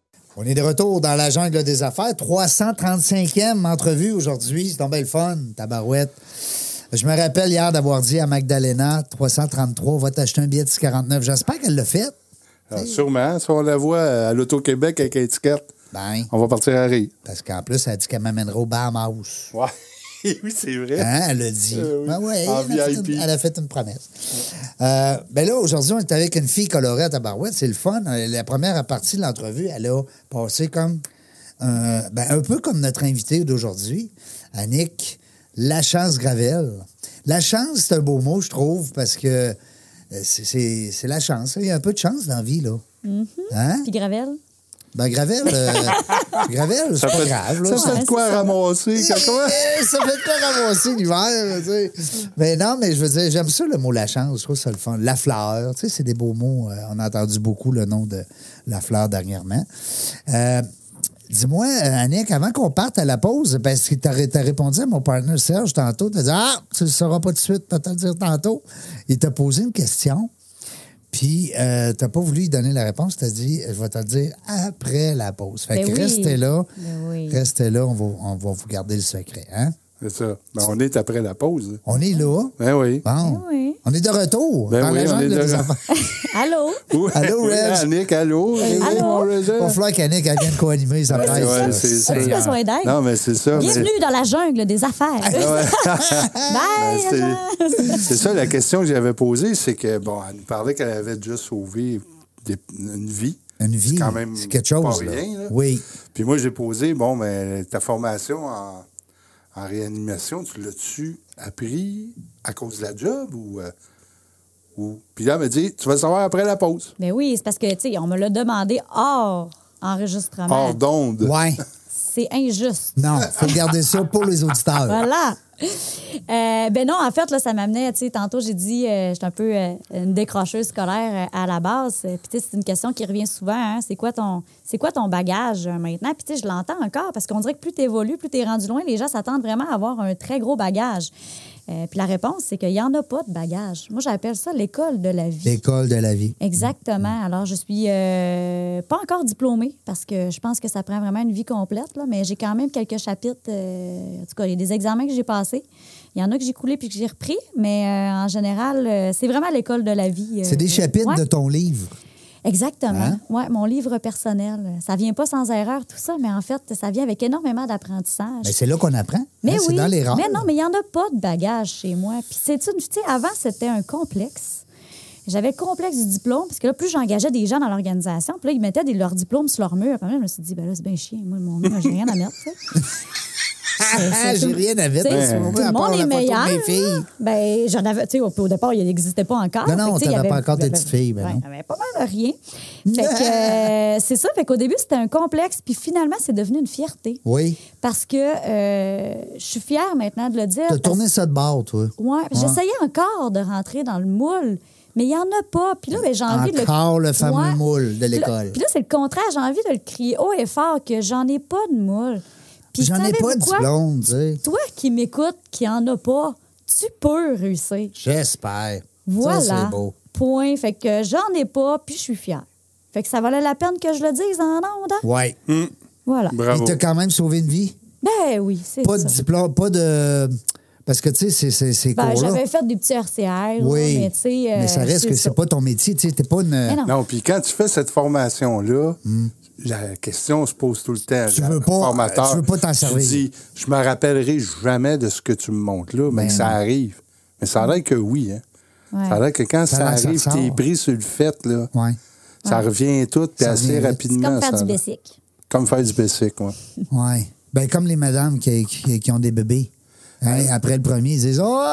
On est de retour dans la jungle des affaires. 335e entrevue aujourd'hui. C'est donc bien le fun, tabarouette. Je me rappelle hier d'avoir dit à Magdalena, 333, va t'acheter un billet de 649. J'espère qu'elle l'a fait.
Ah, sûrement. Si on la voit à l'Auto-Québec avec étiquette,
Ben,
on va partir à rire.
parce qu'en plus, elle a dit qu'elle m'amènera au Bahamas.
Ouais. oui, c'est vrai.
Hein, elle a dit.
Euh, oui.
Ben ouais,
En
elle, a fait
VIP.
une, elle a fait une promesse. Euh, ben là, aujourd'hui, on est avec une fille colorée à Tabarouette. C'est le fun. Euh, La première partie de l'entrevue, elle a passé comme. euh, ben, un peu comme notre invité d'aujourd'hui, Annick Lachance Gravel. La chance, c'est un beau mot, je trouve, parce que euh, c'est- c'est c'est la chance. Il y a un peu de chance dans la vie, là.
Mm-hmm.
Hein?
Puis Gravel.
Ben, Gravel, euh, Gravel, c'est
Ça
pas
fait,
grave.
ça
là.
fait
Ouais,
de quoi
c'est ça.
ramasser? Quand toi-
Eh, ça fait pas ramasser l'hiver, tu sais. Mais non, mais je veux dire, j'aime ça le mot la chance, je trouve ça le fun. La fleur, tu sais, c'est des beaux mots. euh, on a entendu beaucoup le nom de la fleur dernièrement. Euh, Dis-moi, euh, Annick, avant qu'on parte à la pause, parce que tu as, répondu à mon partenaire Serge tantôt, tu as dit Ah, tu le sauras pas tout de suite, peut-être le dire tantôt. Il t'a posé une question, puis euh, t'as pas voulu lui donner la réponse, tu as dit Je vais te le dire après la pause. Fait
Ben
que
oui.
restez là.
Ben oui.
Restez là, on va, on va vous garder le secret. Hein?
C'est ça. Ben, on est après la pause.
On est là.
Ben oui.
Bon.
oui.
On est de retour.
Ben
dans
oui,
la
on
jungle
est de
des
re-
affaires.
Allô?
Ouais,
Allô,
ouais,
Reg.
Annick, hein, allô?
Allô?
Il va falloir qu'Annick elle vienne co-animer ça
Ouais,
presse.
c'est
ça.
ça.
As-tu besoin d'aide?
Non, mais c'est ça. mais-
Bienvenue dans la jungle des
Ah
affaires.
Ben,
Bye!
c'est-
Anna.
c'est ça, la question que j'avais posée, c'est que, bon, elle nous parlait qu'elle avait déjà sauvé des- une vie.
Une vie,
C'est quand même
c'est quelque chose.
pas
là.
rien, là.
Oui.
Puis moi, j'ai posé, bon, mais ta formation en, en réanimation, tu l'as-tu appris à cause de la job ou. euh, ou... Puis là, elle m'a dit, tu vas le savoir après la pause.
Ben Mais oui, c'est parce que, tu sais, on me l'a demandé hors enregistrement.
Hors d'onde.
Ouais.
C'est injuste.
Non, faut garder ça pour les auditeurs.
Voilà. Euh, ben non, en fait, là, ça m'amenait, tu sais, tantôt j'ai dit, euh, j'étais un peu euh, une décrocheuse scolaire euh, à la base. Euh, Puis tu sais, c'est une question qui revient souvent, hein. c'est quoi ton c'est quoi ton bagage euh, maintenant? Puis tu sais, je l'entends encore parce qu'on dirait que plus tu évolues, plus tu es rendu loin, les gens s'attendent vraiment à avoir un très gros bagage. Euh, puis la réponse, c'est qu'il n'y en a pas de bagage. Moi, j'appelle ça l'école de la vie.
L'école de la vie.
Exactement. Alors, je suis euh, pas encore diplômée parce que je pense que ça prend vraiment une vie complète, là, mais j'ai quand même quelques chapitres. euh, en tout cas, il y a des examens que j'ai passés. Il y en a que j'ai coulé puis que j'ai repris, mais euh, en général, euh, c'est vraiment l'école de la vie. euh,
C'est des chapitres
ouais.
de ton livre.
Exactement.
Hein?
Ouais, mon livre personnel. Ça vient pas sans erreur, tout ça, mais en fait, ça vient avec énormément d'apprentissage.
Mais c'est là qu'on apprend.
Mais
Hein,
oui.
C'est dans l'erreur.
Mais non, mais il n'y en a pas de bagage chez moi. Puis c'est une, tu sais, avant c'était un complexe. J'avais le complexe du diplôme, parce que là, plus j'engageais des gens dans l'organisation, puis là, ils mettaient des, leurs diplômes sur leur mur. Puis là, je me suis dit, ben là, c'est bien chiant. Moi, mon mur, j'ai rien à mettre, tu sais.
Ah, j'ai rien à mettre.
Tu sais,
Ouais.
Tout
À
le
part
monde
la
est
photo de mes
meilleur.
filles.
hein. Ben, j'en avais, tu sais, au, au départ, il n'existait pas encore.
Non, non,
Fait que, tu sais, il y
t'avais pas
avait-
encore tes
il y avait-
petites filles, ben
Ouais,
non.
il y avait pas mal de rien. Fait que, euh, c'est ça. Fait qu'au début, c'était un complexe, puis finalement, c'est devenu une fierté.
Oui.
Parce que euh, je suis fière maintenant de le dire.
T'as
parce
tourné ça de bord, toi.
Ouais, j'essayais encore de rentrer dans le moule, mais il n'y en a pas. Puis là, ben, j'ai envie de
Encore le fameux
Ouais.
moule de
Puis là-
l'école.
Puis là, c'est le contraire. J'ai envie de le crier haut et fort que j'en ai pas de moule. Puis
J'en ai
savez-vous
pas de
quoi?
diplôme, tu sais.
Toi qui m'écoutes, qui en a pas, tu peux réussir.
J'espère.
Voilà.
Ça, c'est beau.
Point. Fait que j'en ai pas, puis je suis fière. Fait que ça valait la peine que je le dise en ondes. hein?
Oui.
Voilà.
Il
Bravo.
t'a quand même sauvé une vie.
Ben oui, c'est
Pas
ça.
de diplôme, pas de. Parce que, tu sais, c'est- c'est- ces
Ben,
cours-là.
j'avais fait des petits RCR,
Oui.
mais tu sais...
Mais ça
euh,
reste que
ça.
c'est pas ton métier. Tu sais, t'es pas une.
Mais non.
Non, puis quand tu fais cette formation-là, la question se pose tout le temps.
Hmm. Tu
La-
veux pas-
le formateur,
tu veux pas t'en servir.
Tu dis, je me rappellerai jamais de ce que tu me montres là, mais
Ben
que ça
non.
arrive. Mais ça a l'air que oui. Hein.
Ouais.
Ça a l'air que quand
Ça
ça,
a l'air que ça
arrive,
ressort.
t'es pris sur le fait, là,
Ouais.
ça revient tout, puis
Ça revient
assez
vite.
C'est
rapidement.
comme faire
ça,
du
hein, là.
basic.
Comme faire du basic, ouais.
Ouais. Ben, comme les madames qui, qui, qui ont des bébés. Hein, Après le premier, ils disent Oh!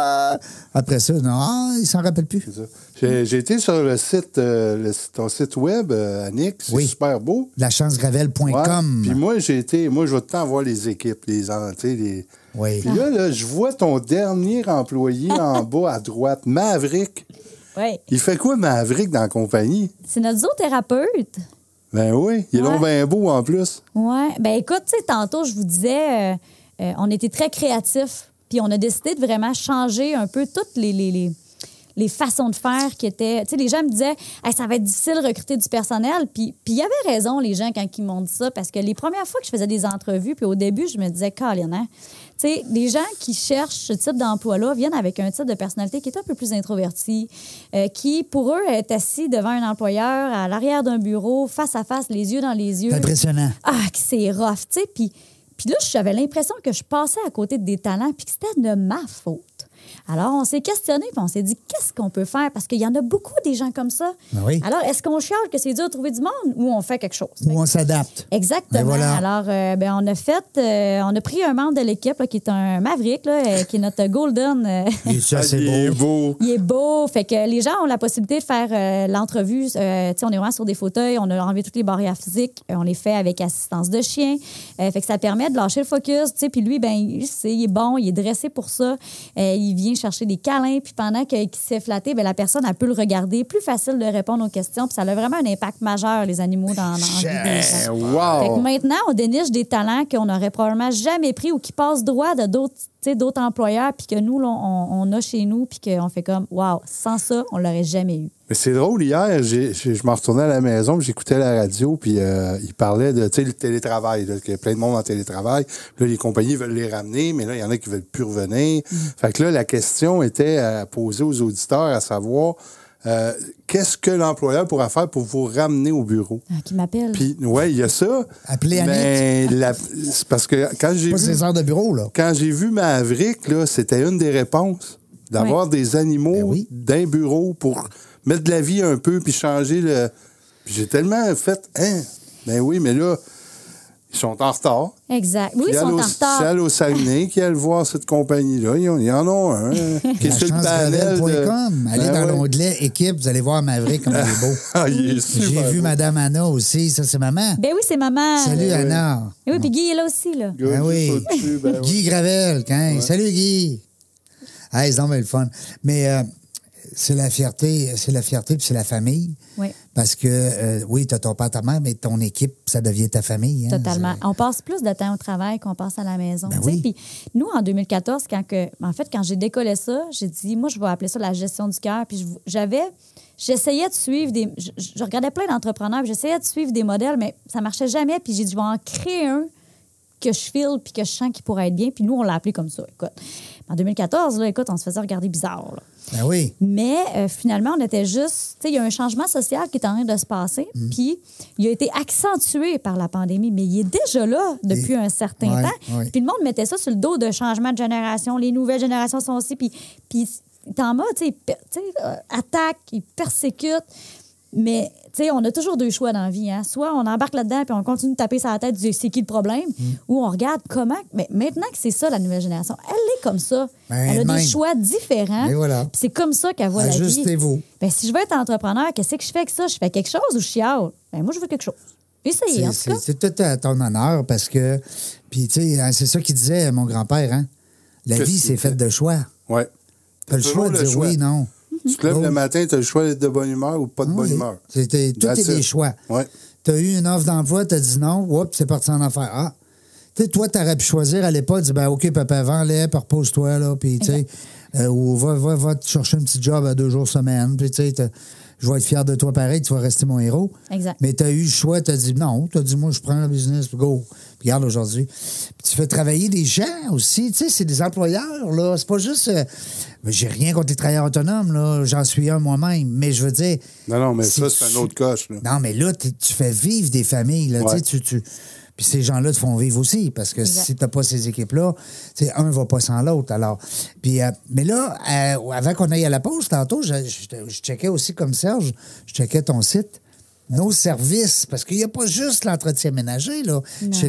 Après ça, non, ah, ils s'en rappellent plus.
C'est ça.
Hmm.
J'ai j'ai été sur le site, euh, le- ton site web, euh, Annick, c'est
Oui. Ben,
super beau. Ouais.
Lachancegravel.com.
Puis moi, j'ai été, moi, je vais tout le temps voir les équipes, les, en- tu sais, les...
Oui.
Ah.
Puis là, là, je vois ton dernier employé en bas à droite, Maverick.
Oui.
Il fait quoi, Maverick, dans la compagnie?
C'est notre zoothérapeute.
Ben oui, il est
Ouais.
donc bien beau en plus.
Oui. Ben écoute, tu sais, tantôt, je vous disais, euh, euh, on était très créatifs. Puis on a décidé de vraiment changer un peu toutes les, les, les, les façons de faire qui étaient. Tu sais, les gens me disaient, Hey, ça va être difficile de recruter du personnel. Puis puis il y avait raison, les gens, quand ils m'ont dit ça, parce que les premières fois que je faisais des entrevues, puis au début, je me disais, Colin, hein? Tu sais, les gens qui cherchent ce type d'emploi-là viennent avec un type de personnalité qui est un peu plus introverti, euh, qui, pour eux, est assis devant un employeur, à l'arrière d'un bureau, face à face, les yeux dans les yeux.
C'est impressionnant.
Ah, que c'est rough, tu sais. Puis, puis là, j'avais l'impression que je passais à côté de des talents, puis que c'était de ma faute. Alors, on s'est questionné, puis on s'est dit, qu'est-ce qu'on peut faire? Parce qu'il y en a beaucoup des gens comme ça.
Ben oui.
Alors, est-ce qu'on chiale que c'est dur de trouver du monde ou on fait quelque chose? Fait que-
Où on s'adapte.
Exactement.
Ben voilà.
Alors, euh, ben, on a fait, euh, on a pris un membre de l'équipe là, qui est un Maverick, là, euh, qui est notre Golden. euh,
Et ça, c'est
Ah, il est
beau.
beau.
il est beau. Fait que les gens ont la possibilité de faire euh, l'entrevue. Euh, tu sais, on est vraiment sur des fauteuils, on a enlevé toutes les barrières physiques, euh, on les fait avec assistance de chien. Euh, fait que ça permet de lâcher le focus. tu sais. Puis lui, ben, il, sait, il est bon, il est dressé pour ça. Euh, il vient chercher des câlins. Puis pendant que- qu'il s'est flatté, ben, la personne, elle peut le regarder. Plus facile de répondre aux questions. Puis ça a vraiment un impact majeur, les animaux, dans, dans la vie des gens.
Eh,
Fait que
wow!
maintenant, on déniche des talents qu'on n'aurait probablement jamais pris ou qui passent droit de d'autres tu sais, d'autres employeurs, puis que nous, là, on, on a chez nous, puis qu'on fait comme, waouh, sans ça, on l'aurait jamais eu.
Mais c'est drôle, hier, j'ai- j'ai- je me retournais à la maison, puis j'écoutais la radio, puis euh, il parlait de, tu sais, le télétravail, là, qu'il y a plein de monde en télétravail. Puis là, les compagnies veulent les ramener, mais là, il y en a qui veulent plus revenir.
Mm.
Fait que là, la question était euh, posée aux auditeurs, à savoir, euh, qu'est-ce que l'employeur pourra faire pour vous ramener au bureau?
Ah, qui m'appelle.
Puis, ouais, il y a ça.
Appelez Annick.
Mais la- c'est parce que quand j'ai
Pas
vu,
ces heures de bureau, là.
quand j'ai vu Maverick, là, c'était une des réponses. D'avoir des animaux
Ben oui.
d'un bureau pour mettre de la vie un peu puis changer le. Puis J'ai tellement fait. Hein? Ben oui, mais là, Ils sont en retard.
Exact. Oui, ils
Puis
sont en
allez au-
retard.
Celle au Saguenay qui allait voir cette compagnie-là, ils en- ils en ont un. hein, qui est sur le panel. de-
chancerebelle.com. Allez
Ben
dans
ouais.
l'onglet équipe, vous allez voir Maverick comme il est beau.
Ah, il est super.
J'ai vu
beau.
Madame Anna aussi, ça c'est maman.
Ben oui, c'est maman.
Salut Anna.
Eh Oui, puis Guy est là aussi, là.
Gars,
Ben
j'ai
oui.
pas de cul, ben oui.
Guy Gravel, quand- salut Guy. Hey, c'est donc bien le fun. Mais euh, c'est la fierté, c'est la fierté puis c'est la famille.
Oui.
Parce que, euh, oui, t'as ton père, ta mère, mais ton équipe, ça devient ta famille. hein.
Totalement. On passe plus de temps au travail qu'on passe à la maison.
Ben
tu sais.
oui.
Puis nous, en 2014, quand que, en fait, quand j'ai décollé ça, j'ai dit, moi, je vais appeler ça la gestion du cœur. Puis je- j'avais, j'essayais de suivre des, je, je regardais plein d'entrepreneurs, puis j'essayais de suivre des modèles, mais ça marchait jamais. Puis j'ai dit, je vais en créer un que je file puis que je sens qu'il pourrait être bien. Puis nous, on l'a appelé comme ça. Écoute, en 2014, là, écoute, on se faisait regarder bizarre. là.
C'est- Ben oui.
Mais euh, finalement, on était juste. Tu sais, il y a un changement social qui est en train de se passer,
Mm.
puis il a été accentué par la pandémie, mais il est déjà là depuis
Et-
un certain
Ouais,
temps.
ouais.
Puis le monde mettait ça sur le dos de changement de génération. Les nouvelles générations sont aussi, puis, puis t'en mode, tu sais, per- tu sais, euh, attaque, ils persécutent. Mais, tu sais, on a toujours deux choix dans la vie. Hein. Soit on embarque là-dedans puis on continue de taper sur la tête du c'est qui le problème,
Mm.
ou on regarde comment. Mais maintenant que c'est ça, la nouvelle génération, elle est comme ça.
Ben,
elle a
de même.
des choix différents.
Et voilà.
Puis c'est comme ça qu'elle voit la vie.
Ajustez-vous.
Ben, si je veux être entrepreneur, qu'est-ce que je fais avec ça? Je fais quelque chose ou je chiale? Ben, moi, je veux quelque chose. Essayez, en
C'est-
tout cas.
C'est c'est tout à ton honneur parce que, puis tu sais, hein, c'est ça qu'il disait mon grand-père, hein. La
Qu'est-ce
vie,
qu'il
c'est
disait?
faite de choix.
Ouais.
T'as le
Toujours
choix de
le
dire
choix.
oui, non.
Tu te lèves
Donc-
le matin, tu as le choix d'être de bonne humeur ou pas de bonne
Oui.
humeur.
C'était- Tout
That's
est des
it.
choix.
Ouais.
Tu as eu une offre d'emploi, tu as dit non, oups, c'est parti en affaire. Ah. Tu sais, toi, tu aurais pu choisir à l'époque, dire, ben, OK, papa, vends-les, puis repose-toi, là, puis, tu sais, euh, ou va, va, va te chercher un petit job à deux jours semaine, puis, tu sais, t'as- je vais être fier de toi pareil, tu vas rester mon héros.
Exact.
Mais tu as eu le choix, tu as dit non, tu as dit, moi, je prends le business, puis go. Puis regarde aujourd'hui. Puis tu fais travailler des gens aussi, tu sais, c'est des employeurs, là. C'est pas juste. euh, J'ai rien contre les travailleurs autonomes, là. J'en suis un moi-même. Mais je veux dire.
Non, non, mais
si
ça, c'est un
tu-
autre coche. là.
non, mais là, t- tu fais vivre des familles. Là, tu sais,
Ouais.
tu, tu- Puis ces gens-là te font vivre aussi, parce que
Exact.
si tu n'as pas ces équipes-là, tu sais, un va pas sans l'autre. Alors, puis, euh, mais là, euh, avant qu'on aille à la pause, tantôt, je, je- je checkais aussi comme Serge, je checkais ton site. Nos services, parce qu'il n'y a pas juste l'entretien ménager, là, chez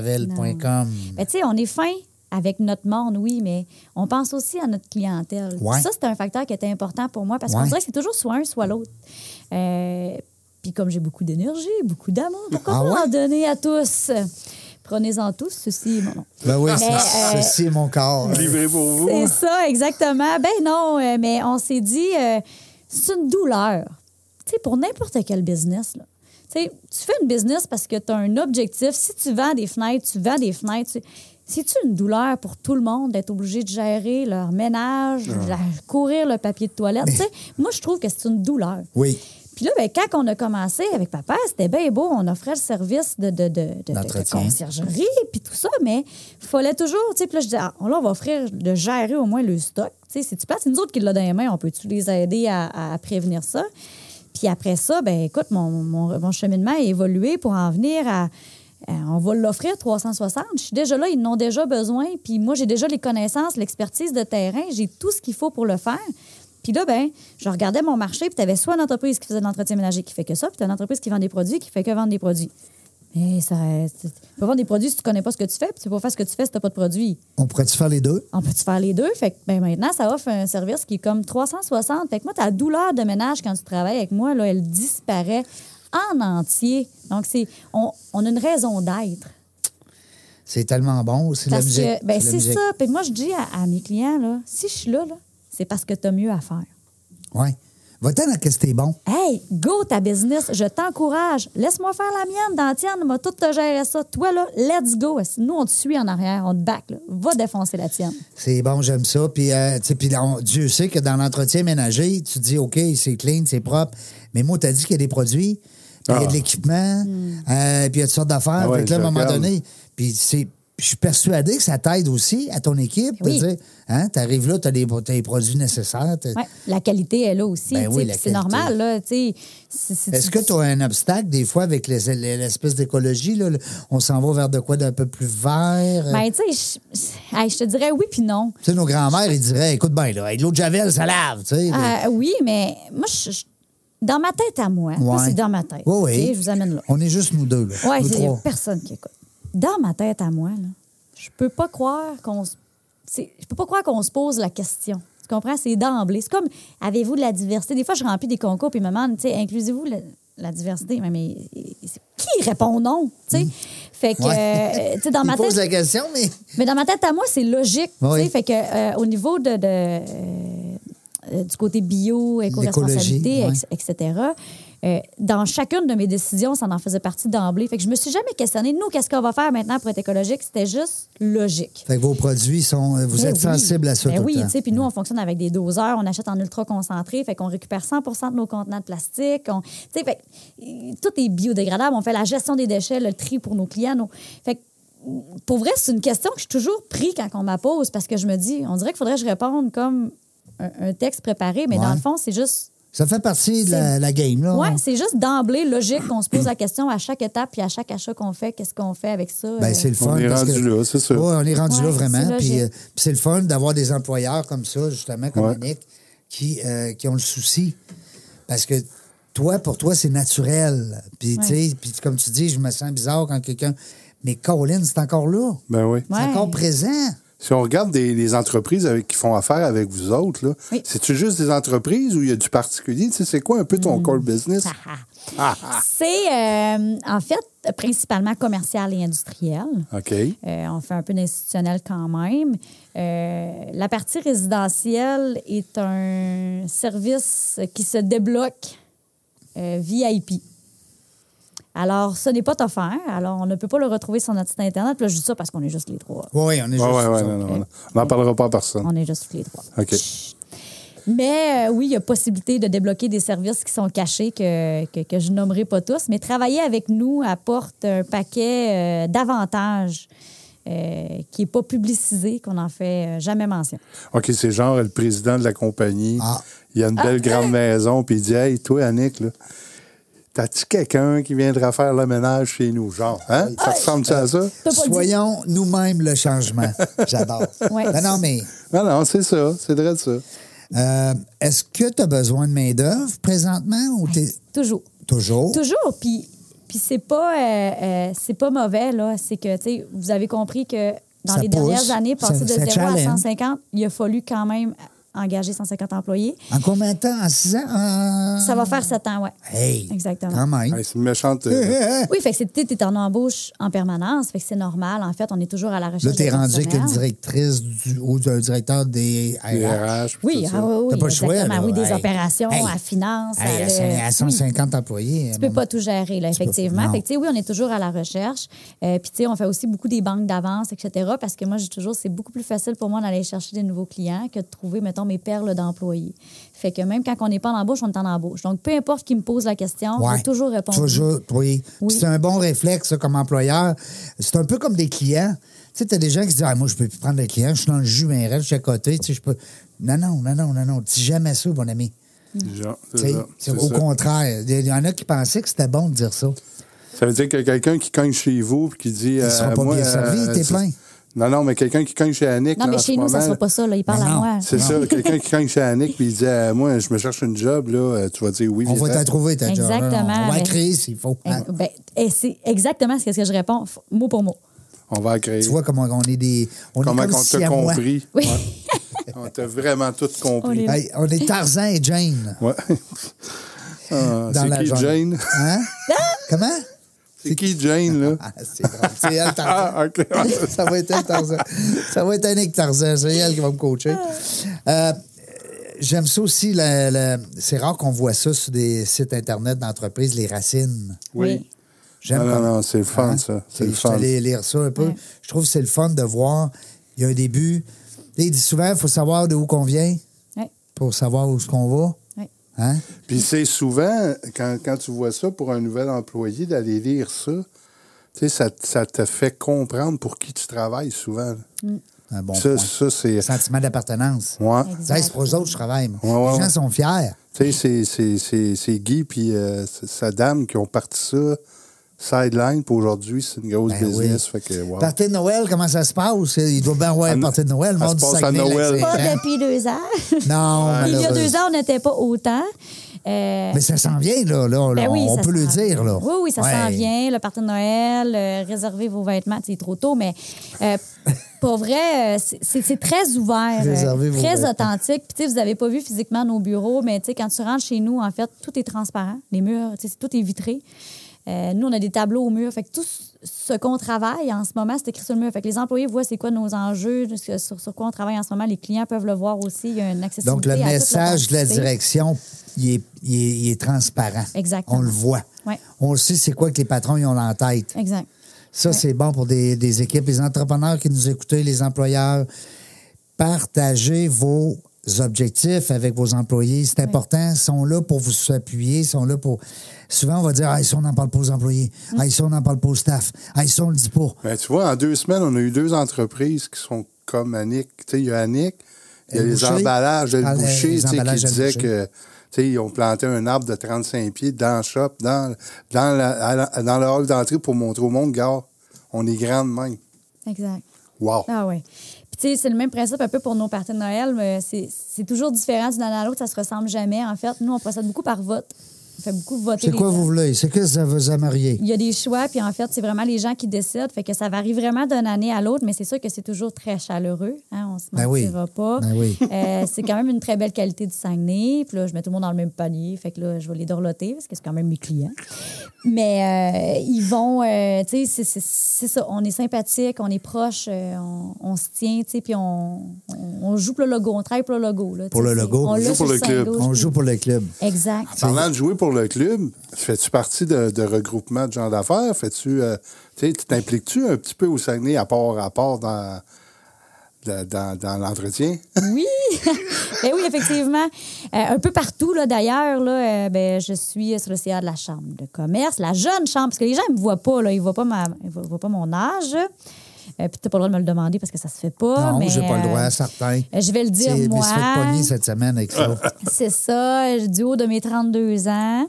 lachancegravel.com.
Ben, tu sais, on est fin avec notre monde, oui, mais on pense aussi à notre clientèle.
Ouais.
Ça, c'est un facteur qui était important pour moi parce
Ouais.
qu'on dirait que c'est toujours soit un, soit l'autre. Euh, Puis comme j'ai beaucoup d'énergie, beaucoup d'amour, pourquoi
Ah
pas
ouais?
en donner à tous? Prenez-en tous, ceci est mon nom.
Ben oui,
Mais,
c'est-
euh,
ceci est mon corps.
Livré pour vous.
C'est ça, exactement. Ben non, euh, mais on s'est dit, euh, c'est une douleur. Tu sais, pour n'importe quel business, là. Tu sais, tu fais une business parce que tu as un objectif. Si tu vends des fenêtres, tu vends des fenêtres. tu- C'est-tu une douleur pour tout le monde d'être obligé de gérer leur ménage, la- courir le papier de toilette? Tu sais, moi, je trouve que c'est une douleur.
Oui.
Puis là, ben, quand on a commencé avec papa, c'était bien beau. On offrait le service de, de, de, de- de- de
D'entretien.
conciergerie, puis tout ça, mais il fallait toujours. tu sais, Puis là, je disais, ah, là, on va offrir de gérer au moins le stock. Tu sais, C'est-tu pas? C'est nous autres qui l'a dans les mains. On peut-tu les aider à, à prévenir ça? Puis après ça, ben écoute, mon, mon, mon cheminement a évolué pour en venir à. à- On va l'offrir 360. Je suis déjà là, ils en ont déjà besoin. Puis moi, j'ai déjà les connaissances, l'expertise de terrain. J'ai tout ce qu'il faut pour le faire. Puis là, ben, je regardais mon marché, puis tu avais soit une entreprise qui faisait de l'entretien ménager qui fait que ça, puis tu une entreprise qui vend des produits qui fait que vendre des produits. Mais ça, tu tu peux vendre des produits si tu connais pas ce que tu fais, puis tu peux pas faire ce que tu fais si tu pas de produits.
On pourrait-tu faire les deux?
On peut-tu faire les deux? Fait que ben, maintenant, ça offre un service qui est comme 360. Fait que moi, ta douleur de ménage quand tu travailles avec moi, là, elle disparaît en entier. Donc, c'est on, on a une raison d'être.
C'est tellement bon, c'est de la
Parce
musique.
que, ben,
de la
c'est
musique.
ça. Puis moi, je dis à, à mes clients, là, si je suis là, là c'est parce que tu as mieux à faire.
Ouais. Va-t'en dans qu'est-ce que t'es bon.
Hey, go ta business, je t'encourage. Laisse-moi faire la mienne, dans la tienne, m'a tout te gérer ça. Toi, là, let's go. Nous, on te suit en arrière, on te back. là. Va défoncer la tienne.
C'est bon, j'aime ça. Puis, euh, tu sais, puis là, on- Dieu sait que dans l'entretien ménager, tu dis, OK, c'est clean, c'est propre. Mais moi, t'as dit qu'il y a des produits, puis il y a
Ah.
de l'équipement,
Hmm.
euh, puis il y a toutes sortes d'affaires.
Ah ouais,
Fait que là, à un
je
moment
regarde.
donné, puis c'est. Je suis persuadé que ça t'aide aussi à ton équipe.
Oui.
Tu hein, arrives là, tu as, les produits nécessaires. t'as-
Ouais, la qualité est là aussi.
Ben
tu sais,
oui,
puis
la
c'est
qualité.
normal. là, tu sais, si- si tu-
Est-ce que tu as un obstacle des fois avec les- les- l'espèce d'écologie? là, le- On s'en va vers de quoi d'un peu plus vert?
Ben, tu sais, je- hey, je te dirais oui puis non.
Tu sais, nos grands-mères, ils diraient, écoute bien, là, avec de l'eau de Javel, ça lave. tu sais.
Euh, oui, mais moi, je- je- dans ma tête à moi, ça,
Ouais.
c'est dans ma tête.
Oui, oui.
Tu sais, Je vous amène là.
On est juste nous deux, là.
Oui,
nous
il n'y a
trois.
personne qui écoute. dans ma tête à moi, là, je peux pas croire qu'on se- c'est- je peux pas croire qu'on se pose la question. Tu comprends? C'est d'emblée. C'est comme avez-vous de la diversité? Des fois, je remplis des concours puis ils me demandent, tu sais, inclusez-vous la, la diversité? Mais, mais c'est- qui répond non? Tu sais? Fait que
Hmm. Ouais.
euh, tu sais, dans
Il
ma
pose
tête.
la question, mais.
Mais dans ma tête à moi, c'est logique. tu
Oui.
sais. Fait que euh, au niveau de, de, euh, euh, du côté bio, éco-responsabilité,
L'écologie,
ex- etc., euh, dans chacune de mes décisions, ça en faisait partie d'emblée. Fait que je me suis jamais questionnée, nous, qu'est-ce qu'on va faire maintenant pour être écologique? C'était juste logique.
Fait que vos produits sont. euh, Vous
Ben
êtes
oui.
sensibles à ça
Ben
tout
oui,
le temps.
tu sais, puis nous, on fonctionne avec des doseurs, on achète en ultra concentré, fait qu'on récupère 100 de nos contenants de plastique. On, tu sais, fait que, euh, tout est biodégradable, on fait la gestion des déchets, le tri pour nos clients. nos- fait que, pour vrai, c'est une question que je suis toujours pris quand on me la pose parce que je me dis, on dirait qu'il faudrait que je réponde comme un, un texte préparé, mais
Ouais.
dans le fond, c'est juste.
Ça fait partie de la,
C'est-
la game, là.
Ouais, c'est juste d'emblée logique qu'on se pose la question à chaque étape puis à chaque achat qu'on fait, qu'est-ce qu'on fait avec ça. euh,
Ben, c'est le fun.
On est
parce
rendu
que-
là, c'est sûr.
Ouais, on est rendu
Ouais,
là
c'est
vraiment.
logique.
Puis euh, puis c'est le fun d'avoir des employeurs comme ça, justement, comme
Ouais.
Nick, qui, euh, qui ont le souci. Parce que toi, pour toi, c'est naturel. Puis, tu sais, puis comme tu dis, je me sens bizarre quand quelqu'un. Mais Colin, c'est encore là.
Ben oui.
Ouais.
C'est encore présent.
Si on regarde des, les entreprises avec, qui font affaire avec vous autres, là,
Oui.
c'est-tu juste des entreprises ou il y a du particulier? Tu sais, c'est quoi un peu
Mm.
ton core business?
Ah,
C'est euh, en fait principalement commercial et industriel.
ah.
OK.
Euh, on fait un peu d'institutionnel quand même. Euh, la partie résidentielle est un service qui se débloque euh, VIP. Alors, ce n'est pas offert. Alors, on ne peut pas le retrouver sur notre site Internet. Puis là, je dis ça parce qu'on est juste les trois.
Oui, on est juste.
Ah ouais, ouais,
ça.
non, non, non. On n'en parlera pas à personne.
On est juste tous les trois.
OK.
Chut. Mais euh, oui, il y a possibilité de débloquer des services qui sont cachés que, que, que je nommerai pas tous. Mais travailler avec nous apporte un paquet euh, d'avantages euh, qui n'est pas publicisé, qu'on n'en fait euh, jamais mention.
OK, c'est genre le président de la compagnie.
Ah.
Il y a une belle grande maison, puis il dit Hey, toi, Annick, là, t'as-tu quelqu'un qui viendra faire le ménage chez nous? Genre, hein?
Ah.
Ça ressemble à ça?
T'as pas le dit.
Soyons nous-mêmes le changement. J'adore.
Ouais.
Ben non, mais
Non, Ah non, c'est ça. C'est vrai de ça.
euh, est-ce que tu as besoin de main-d'œuvre présentement ou t'es.
Toujours.
Toujours.
Toujours. Puis, puis c'est pas, euh, euh, c'est pas mauvais, là. C'est que, tu sais, vous avez compris que dans
Ça
les
pousse.
dernières années,
Ça-
passer de
ça
0
challenge.
à 150, il a fallu quand même engager 150 employés.
En combien de temps? En six ans? En-
Ça va faire 7 ans, ouais.
Hey!
Exactement.
Quand même.
Hey, c'est une méchante. euh,
Oui, fait que c'est- t'es t'es en embauche en permanence, fait que c'est normal. En fait, on est toujours à la recherche.
Là, t'es
de
rendu avec une
personnel.
directrice du, ou un directeur des
les
RH.
RH, puis
Oui,
tout ça.
ah, oui, oui,
T'as pas le choix,
exactement.
là.
Oui, des
Hey.
opérations,
Hey.
à finance.
Hey,
à
à,
le-
cin- à
Oui.
150 employés.
Tu peux pas tout gérer, là,
peux-
effectivement.
non.
Fait que, tu sais, oui, on est toujours à la recherche. Euh, Puis, tu sais, on fait aussi beaucoup des banques d'avance, etc. Parce que moi, j'ai toujours, c'est beaucoup plus facile pour moi d'aller chercher des nouveaux clients que de trouver, mettons, mes perles d'employés. Fait que même quand on n'est pas en embauche, on est en embauche. Donc, peu importe qui me pose la question, je
Ouais.
vais toujours répondre.
Toujours, oui. Puis
Oui.
C'est un bon réflexe, ça, comme employeur. C'est un peu comme des clients. Tu sais, t'as des gens qui se disent, ah, moi, je peux plus prendre des clients, je suis dans le jus, mais je suis à côté, tu sais, je peux. Non, non, non, non, non, non, dis jamais ça, mon ami.
Genre, c'est
Tu sais,
ça,
c'est
c'est
au
ça.
contraire, il y en a qui pensaient que c'était bon de dire ça.
Ça veut dire que quelqu'un qui cogne chez vous puis qui dit. euh,
sera pas
moi,
bien servi, t'es
c'est-
plein.
Non, non, mais quelqu'un qui cogne chez Annick.
Non,
là,
mais
en
chez
ce
nous, ça ne
moment,
sera pas ça. Là. Il parle
Non,
à moi.
C'est ça, quelqu'un qui cogne chez Annick puis il dit euh, Moi, je me cherche une job, là, euh, tu vas dire oui.
On
viens-t'en.
va t'en trouver, ta job.
Exactement,
On va
mais-
la créer s'il faut. Ah,
Eh, ben, eh, c'est exactement ce que ce que je réponds, f- mot pour mot.
On va la créer.
Tu vois comment on est des. On
Comment
est comme
on
si
t'a
à moi.
compris.
Oui.
On t'a vraiment tout compris.
On
Hey, on est Tarzan et Jane.
Ouais. Ah,
Dans
c'est
la
qui
jungle.
Jane?
Hein?
Ah!
Comment?
C'est qui Jane, là?
Ah, c'est drôle. C'est elle, Tarzan.
Ah, ok.
ça va être elle, Tarzan. Ça va être Annick Tarzan. C'est elle qui va me coacher. Euh, J'aime ça aussi. la- la- C'est rare qu'on voit ça sur des sites Internet d'entreprises, les racines.
Oui.
J'aime
Ah, Non, non,
comme-
non, c'est le fun,
Hein?
ça. C'est
Et
le
Je suis
fun.
allé lire ça un peu.
Ouais.
Je trouve que c'est le fun de voir. Il y a un début. Il dit souvent, il faut savoir de où qu'on vient
Ouais.
pour savoir où est-ce qu'on va.
Ouais.
Hein?
Puis c'est souvent, quand, quand tu vois ça pour un nouvel employé, d'aller lire ça, tu sais, ça, te- ça te fait comprendre pour qui tu travailles souvent. là.
Un bon
ça,
point.
ça, c'est.
Sentiment d'appartenance.
Ouais. Tu
Ça, c'est pour eux autres, je travaille. moi.
Ouais, ouais,
Les gens
ouais.
sont fiers.
sais, c'est- c'est- c'est c'est Guy puis euh, c'est sa dame qui ont parti ça sideline. Puis aujourd'hui, c'est une grosse
Ben oui.
business. Fait que, wow.
Partie de Noël, comment ça se passe? Il doit bien avoir
Ah,
une
non.
partie de Noël. Le
Ça
monde
se
du
passe à
Saguenay,
Noël.
là, hein?
Pas
c'est-
depuis deux ans.
Non,
Il y a
malheureusement.
deux ans, on n'était pas autant. Euh,
Mais ça s'en vient, là. là, là.
ben oui,
on
ça
peut le
s'en
dire,
vient.
là.
Oui, oui, ça s'en
Ouais.
vient. Le party de Noël, euh, réservez vos vêtements, c'est trop tôt, mais euh, pour vrai, euh, c'est- c'est c'est très ouvert, euh,
Réservez vos
très
vêtements.
authentique. Puis, tu sais, vous n'avez pas vu physiquement nos bureaux, mais tu sais, quand tu rentres chez nous, en fait, tout est transparent. Les murs, tu sais, tout est vitré. Euh, nous, on a des tableaux au mur. Fait que tout ce- ce qu'on travaille en ce moment, c'est écrit sur le mur. Fait que les employés voient c'est quoi nos enjeux, ce- sur, sur quoi on travaille en ce moment. Les clients peuvent le voir aussi. Il y a une accessibilité.
Donc, le
à toute
message de la
complexité.
direction, il est, il est- il est transparent.
Exactement.
On le voit.
Ouais.
On le sait, c'est quoi que les patrons ils ont en tête.
Exact.
Ça, c'est bon pour des, des équipes, les entrepreneurs qui nous écoutent, les employeurs. Partagez vos objectifs avec vos employés. C'est important. Ils sont là pour vous appuyer. Ils sont là pour. Souvent, on va dire Ah, ça, on n'en parle pas aux employés.
Mm.
Ah, ça, on n'en parle pas au staff. Ah, ça, on le dit pas.
Ben, tu vois, en deux semaines, on a eu deux entreprises qui sont comme Annick. Tu sais, il y a Annick, il y a
Le
les
boucher.
emballages, le
Ah, le- les
boucher, tu sais, qui
emballages à le
disait
boucher.
que. tu sais, ils ont planté un arbre de 35 pieds dans le shop, dans, dans, la- à la- dans le hall d'entrée pour montrer au monde, gars, on est grand de même.
Exact.
Wow!
Ah oui. Puis tu sais, c'est le même principe un peu pour nos parties de Noël, mais c'est c'est toujours différent d'une année à l'autre, ça se ressemble jamais. En fait, nous, on procède beaucoup par vote. On fait beaucoup voter.
C'est
les
quoi
gens.
vous voulez? C'est que ça vous a marié?
Il y a des choix, puis en fait, c'est vraiment les gens qui décident. Fait que ça varie vraiment d'une année à l'autre, mais c'est sûr que c'est toujours très chaleureux. hein, on se
Ben oui.
mentira pas.
Ben oui.
Euh, c'est quand même une très belle qualité du Saguenay. Puis là, je mets tout le monde dans le même panier. Fait que là, je vais les dorloter parce que c'est quand même mes clients. Mais euh, ils vont, euh, tu sais, c'est- c'est- c'est ça. On est sympathique, on est proche, euh, on, on se tient, tu sais, puis on, on, on joue pour le logo, on travaille pour le logo. là, tu
Pour
sais,
le
c'est-
logo.
on
On
l'a
joue
sur
pour le club.
Saint-Louis.
On joue pour Ah, le club.
Exact.
Parlant de jouer pour le club, fais-tu partie de, de regroupement de gens d'affaires? Fais-tu, euh, tu sais, tu t'impliques-tu un petit peu au Saguenay à part à part dans, dans, dans- dans l'entretien?
Oui, Ben oui, effectivement. Euh, un peu partout, là, d'ailleurs, là, euh, ben, je suis sur le CA de la Chambre de commerce, la jeune chambre, parce que les gens ne me voient pas, là, ils ne voient, pas ma- ils voient- voient pas mon âge. Euh, Puis tu n'as pas le droit de me le demander parce que ça se fait pas.
non,
mais,
j'ai pas le droit,
euh,
certain.
euh, je vais le dire,
C'est- Je me
moi.
suis fait pogner cette semaine avec ça.
C'est ça, euh, du haut de mes 32 ans.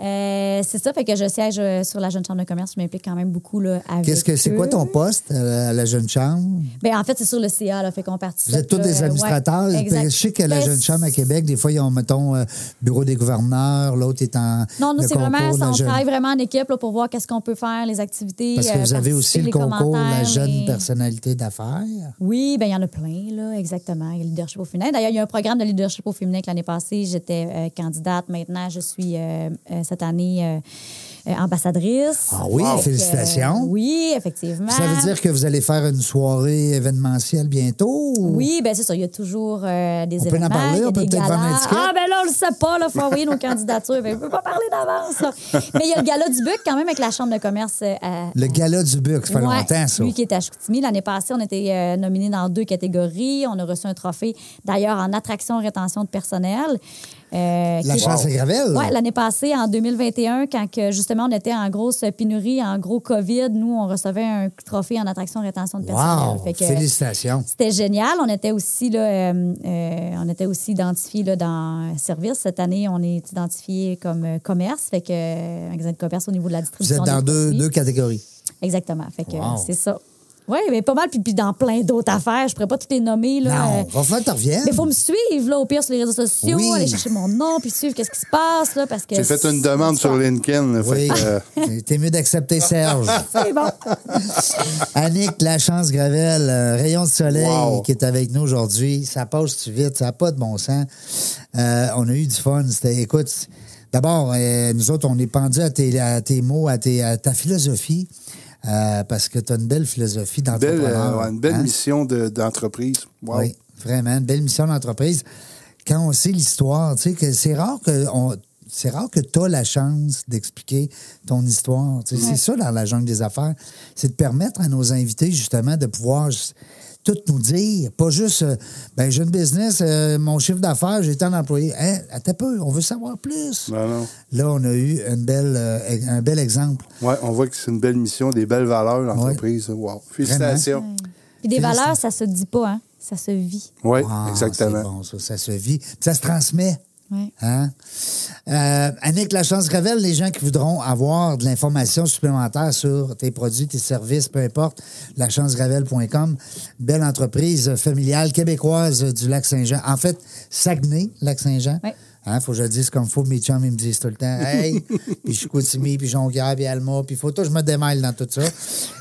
Euh, c'est ça, fait que je siège euh, sur la jeune chambre de commerce, je m'implique quand même beaucoup là, avec
Qu'est-ce que c'est quoi
eux.
ton poste à la, à la jeune chambre?
Ben, en fait, c'est sur le CA, là, fait qu'on participe.
Vous êtes tous
là, euh,
des
ouais,
administrateurs.
exact.
je sais que la
Mais
jeune chambre à Québec, des fois, ils ont, mettons, euh, bureau des gouverneurs, l'autre est en.
Non, nous,
le
c'est vraiment,
concours de
ça,
la
on
jeune-
travaille vraiment en équipe là, pour voir qu'est-ce qu'on peut faire, les activités.
Parce que
euh,
vous avez
participer,
aussi le
les
concours de la
commentaires,
jeune
mais-
personnalité d'affaires.
Oui, ben il y en a plein, là, exactement. Il y a le leadership au féminin. D'ailleurs, il y a un programme de leadership au féminin que l'année passée, j'étais euh, candidate. Maintenant, je suis euh, euh, cette année euh, euh, ambassadrice.
Ah oui,
Fait que,
félicitations.
euh, oui, effectivement.
Ça veut dire que vous allez faire une soirée événementielle bientôt? ou-
Oui, bien c'est ça. Il y a toujours euh, des
On peut en
événements.
parler,
il y a
on peut
des
peut-être
galas.
vendre l'étiquette.
Ah, ben là, on le sait pas, là. Il faut envoyer nos candidatures. Ben, on peut pas parler d'avance, là. Mais il y a le gala du Buc, quand même, avec la Chambre de commerce euh, à,
Le gala du Buc, ça fait
Ouais,
longtemps, ça.
Lui qui est à Chicoutimi. L'année passée, on était euh, nominés dans deux catégories. On a reçu un trophée, d'ailleurs, en attraction-rétention de personnel. Euh,
La
qui-
chance à Gravel?
Ouais, l'année passée, en 2021, quand que, justement on était en grosse pénurie, en gros COVID, nous, on recevait un trophée en attraction-rétention de personnel.
Wow!
Fait que,
Félicitations.
c'était génial. On était aussi, là, euh, euh, on était aussi identifiés là, dans service. Cette année, on est identifié comme euh, commerce, fait que euh, magasin de commerce au niveau de la
Vous
distribution.
êtes dans
des
deux,
produits.
deux catégories.
Exactement. Fait que
Wow.
euh, c'est ça. Oui, mais pas mal. Puis, puis dans plein d'autres affaires. Je pourrais pas toutes les nommer. Là. Euh,
Non, va falloir que tu reviennes.
Mais faut me suivre, là, au pire, sur les réseaux sociaux,
Oui.
aller chercher mon nom, puis suivre qu'est-ce qui se passe, là, parce que...
J'ai fait une demande sur LinkedIn. là, fait
Oui,
que, euh,
t'es mieux d'accepter Serge.
C'est bon.
Annick Lachance Gravel, euh, Rayon de Soleil,
Wow.
qui est avec nous aujourd'hui. Ça passe-tu vite? Ça n'a pas de bon sens. Euh, on a eu du fun. C'était, écoute, d'abord, euh, nous autres, on est pendus à tes, à tes mots, à, tes- à ta philosophie, euh, parce que tu as une belle philosophie
belle,
d'entrepreneur.
euh, ouais, une belle
hein?
mission de- d'entreprise. Wow.
Oui, vraiment, une belle mission d'entreprise. Quand on sait l'histoire, tu sais, que c'est rare que on- c'est rare que tu as la chance d'expliquer ton histoire. tu sais. C'est ça dans la jungle des affaires. C'est de permettre à nos invités, justement, de pouvoir s- tout nous dire. Pas juste, euh, ben, j'ai une business, euh, mon chiffre d'affaires, j'ai tant d'employés. Hein, attends peu, on veut savoir plus.
Non, non.
Là, on a eu une belle, euh, ex- un bel exemple.
Ouais, on voit que c'est une belle mission, des belles valeurs, l'entreprise. Wow. Félicitations.
Puis des valeurs, ça se dit pas, hein. Ça se vit.
Oui,
Ah,
exactement.
c'est bon, ça, ça se vit. Puis Ça se transmet.
Ouais.
Hein? Euh, Annick Lachance Gravel, les gens qui voudront avoir de l'information supplémentaire sur tes produits, tes services, peu importe, lachancegravel.com, belle entreprise familiale québécoise du Lac-Saint-Jean. En fait, Saguenay, Lac-Saint-Jean.
Ouais.
Hein, faut que je le dise comme faut. Mes chums, ils me disent tout le temps, hey, puis je suis Coutimi, puis Jonquière, puis Alma, puis Photo, je me démêle dans tout ça.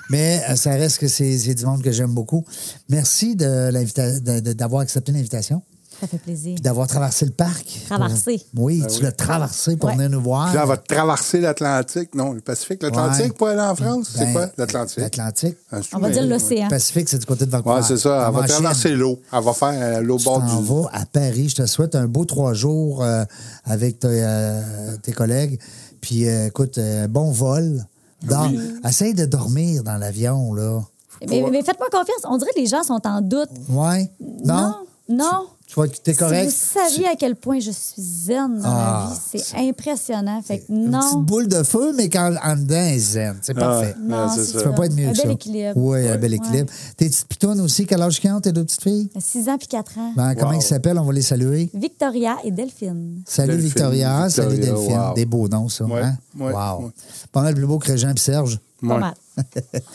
Mais euh, ça reste que c'est c'est du monde que j'aime beaucoup. Merci de l'invita- de- de- d'avoir accepté l'invitation,
Ça fait plaisir.
puis d'avoir traversé le parc. Euh,
Traversé.
Oui, tu l'as traversé pour
Ouais.
venir nous voir.
Puis là, on va traverser l'Atlantique. Non, le Pacifique. L'Atlantique,
Ouais.
pas aller en France.
Ben,
c'est quoi? L'Atlantique.
L'Atlantique.
Ah, je suis
On va dire
mêlé,
l'océan.
Le Pacifique, c'est du côté de Vancouver.
Ouais, c'est ça. Elle
Comme
va
en Chine.
traverser l'eau. Elle va faire euh, l'eau
Tu
bord
t'en
du.
vas à Paris. Je te souhaite un beau trois jours euh, avec tes, euh, tes collègues. Puis, euh, écoute, euh, bon vol. Dors- Essaye de dormir dans l'avion, là.
Mais, mais faites-moi confiance. On dirait que les gens sont en doute.
Ouais? Non?
Non.
Tu vois, t'es correct?
Si vous saviez à quel point je suis zen dans
Ah,
la vie, c'est impressionnant. Fait que
Une petite
non.
boule de feu, mais quand en dedans, elle est zen. C'est parfait.
Non,
Ouais, c'est
c'est
ça.
Tu peux pas être mieux
Un
que
bel
ça.
équilibre.
Oui, un bel
Ouais.
équilibre. Tes petites pitounes aussi, quel âge qu'elles ont, tes deux petites filles?
6 ans puis 4 ans.
Ben, Comment ils s'appellent? On va les saluer.
Victoria et Delphine.
Salut
Delphine,
Victoria, salut
Victoria,
Delphine.
wow.
Des beaux noms, ça.
Ouais,
hein?
ouais,
wow.
ouais.
Pas mal plus beau que Jean et Serge.
Pas
Ouais.
mal.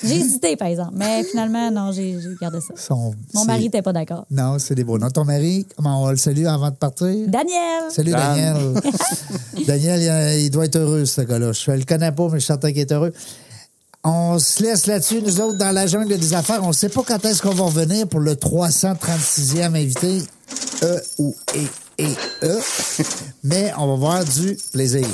J'ai hésité, par exemple. Mais finalement, non, j'ai j'ai gardé ça.
Son-
Mon
c'est-
mari n'était pas d'accord.
Non, c'est des beaux noms. Ton mari, comment on va le salue avant de partir?
Daniel!
Salut
Dan.
Daniel. Daniel, il, euh, il doit être heureux, ce gars-là. Je le connais pas, mais je suis certain qu'il est heureux. On se laisse là-dessus, nous autres, dans la jungle des affaires. On ne sait pas quand est-ce qu'on va revenir pour le 336e invité. E ou E et E. Mais on va voir du plaisir.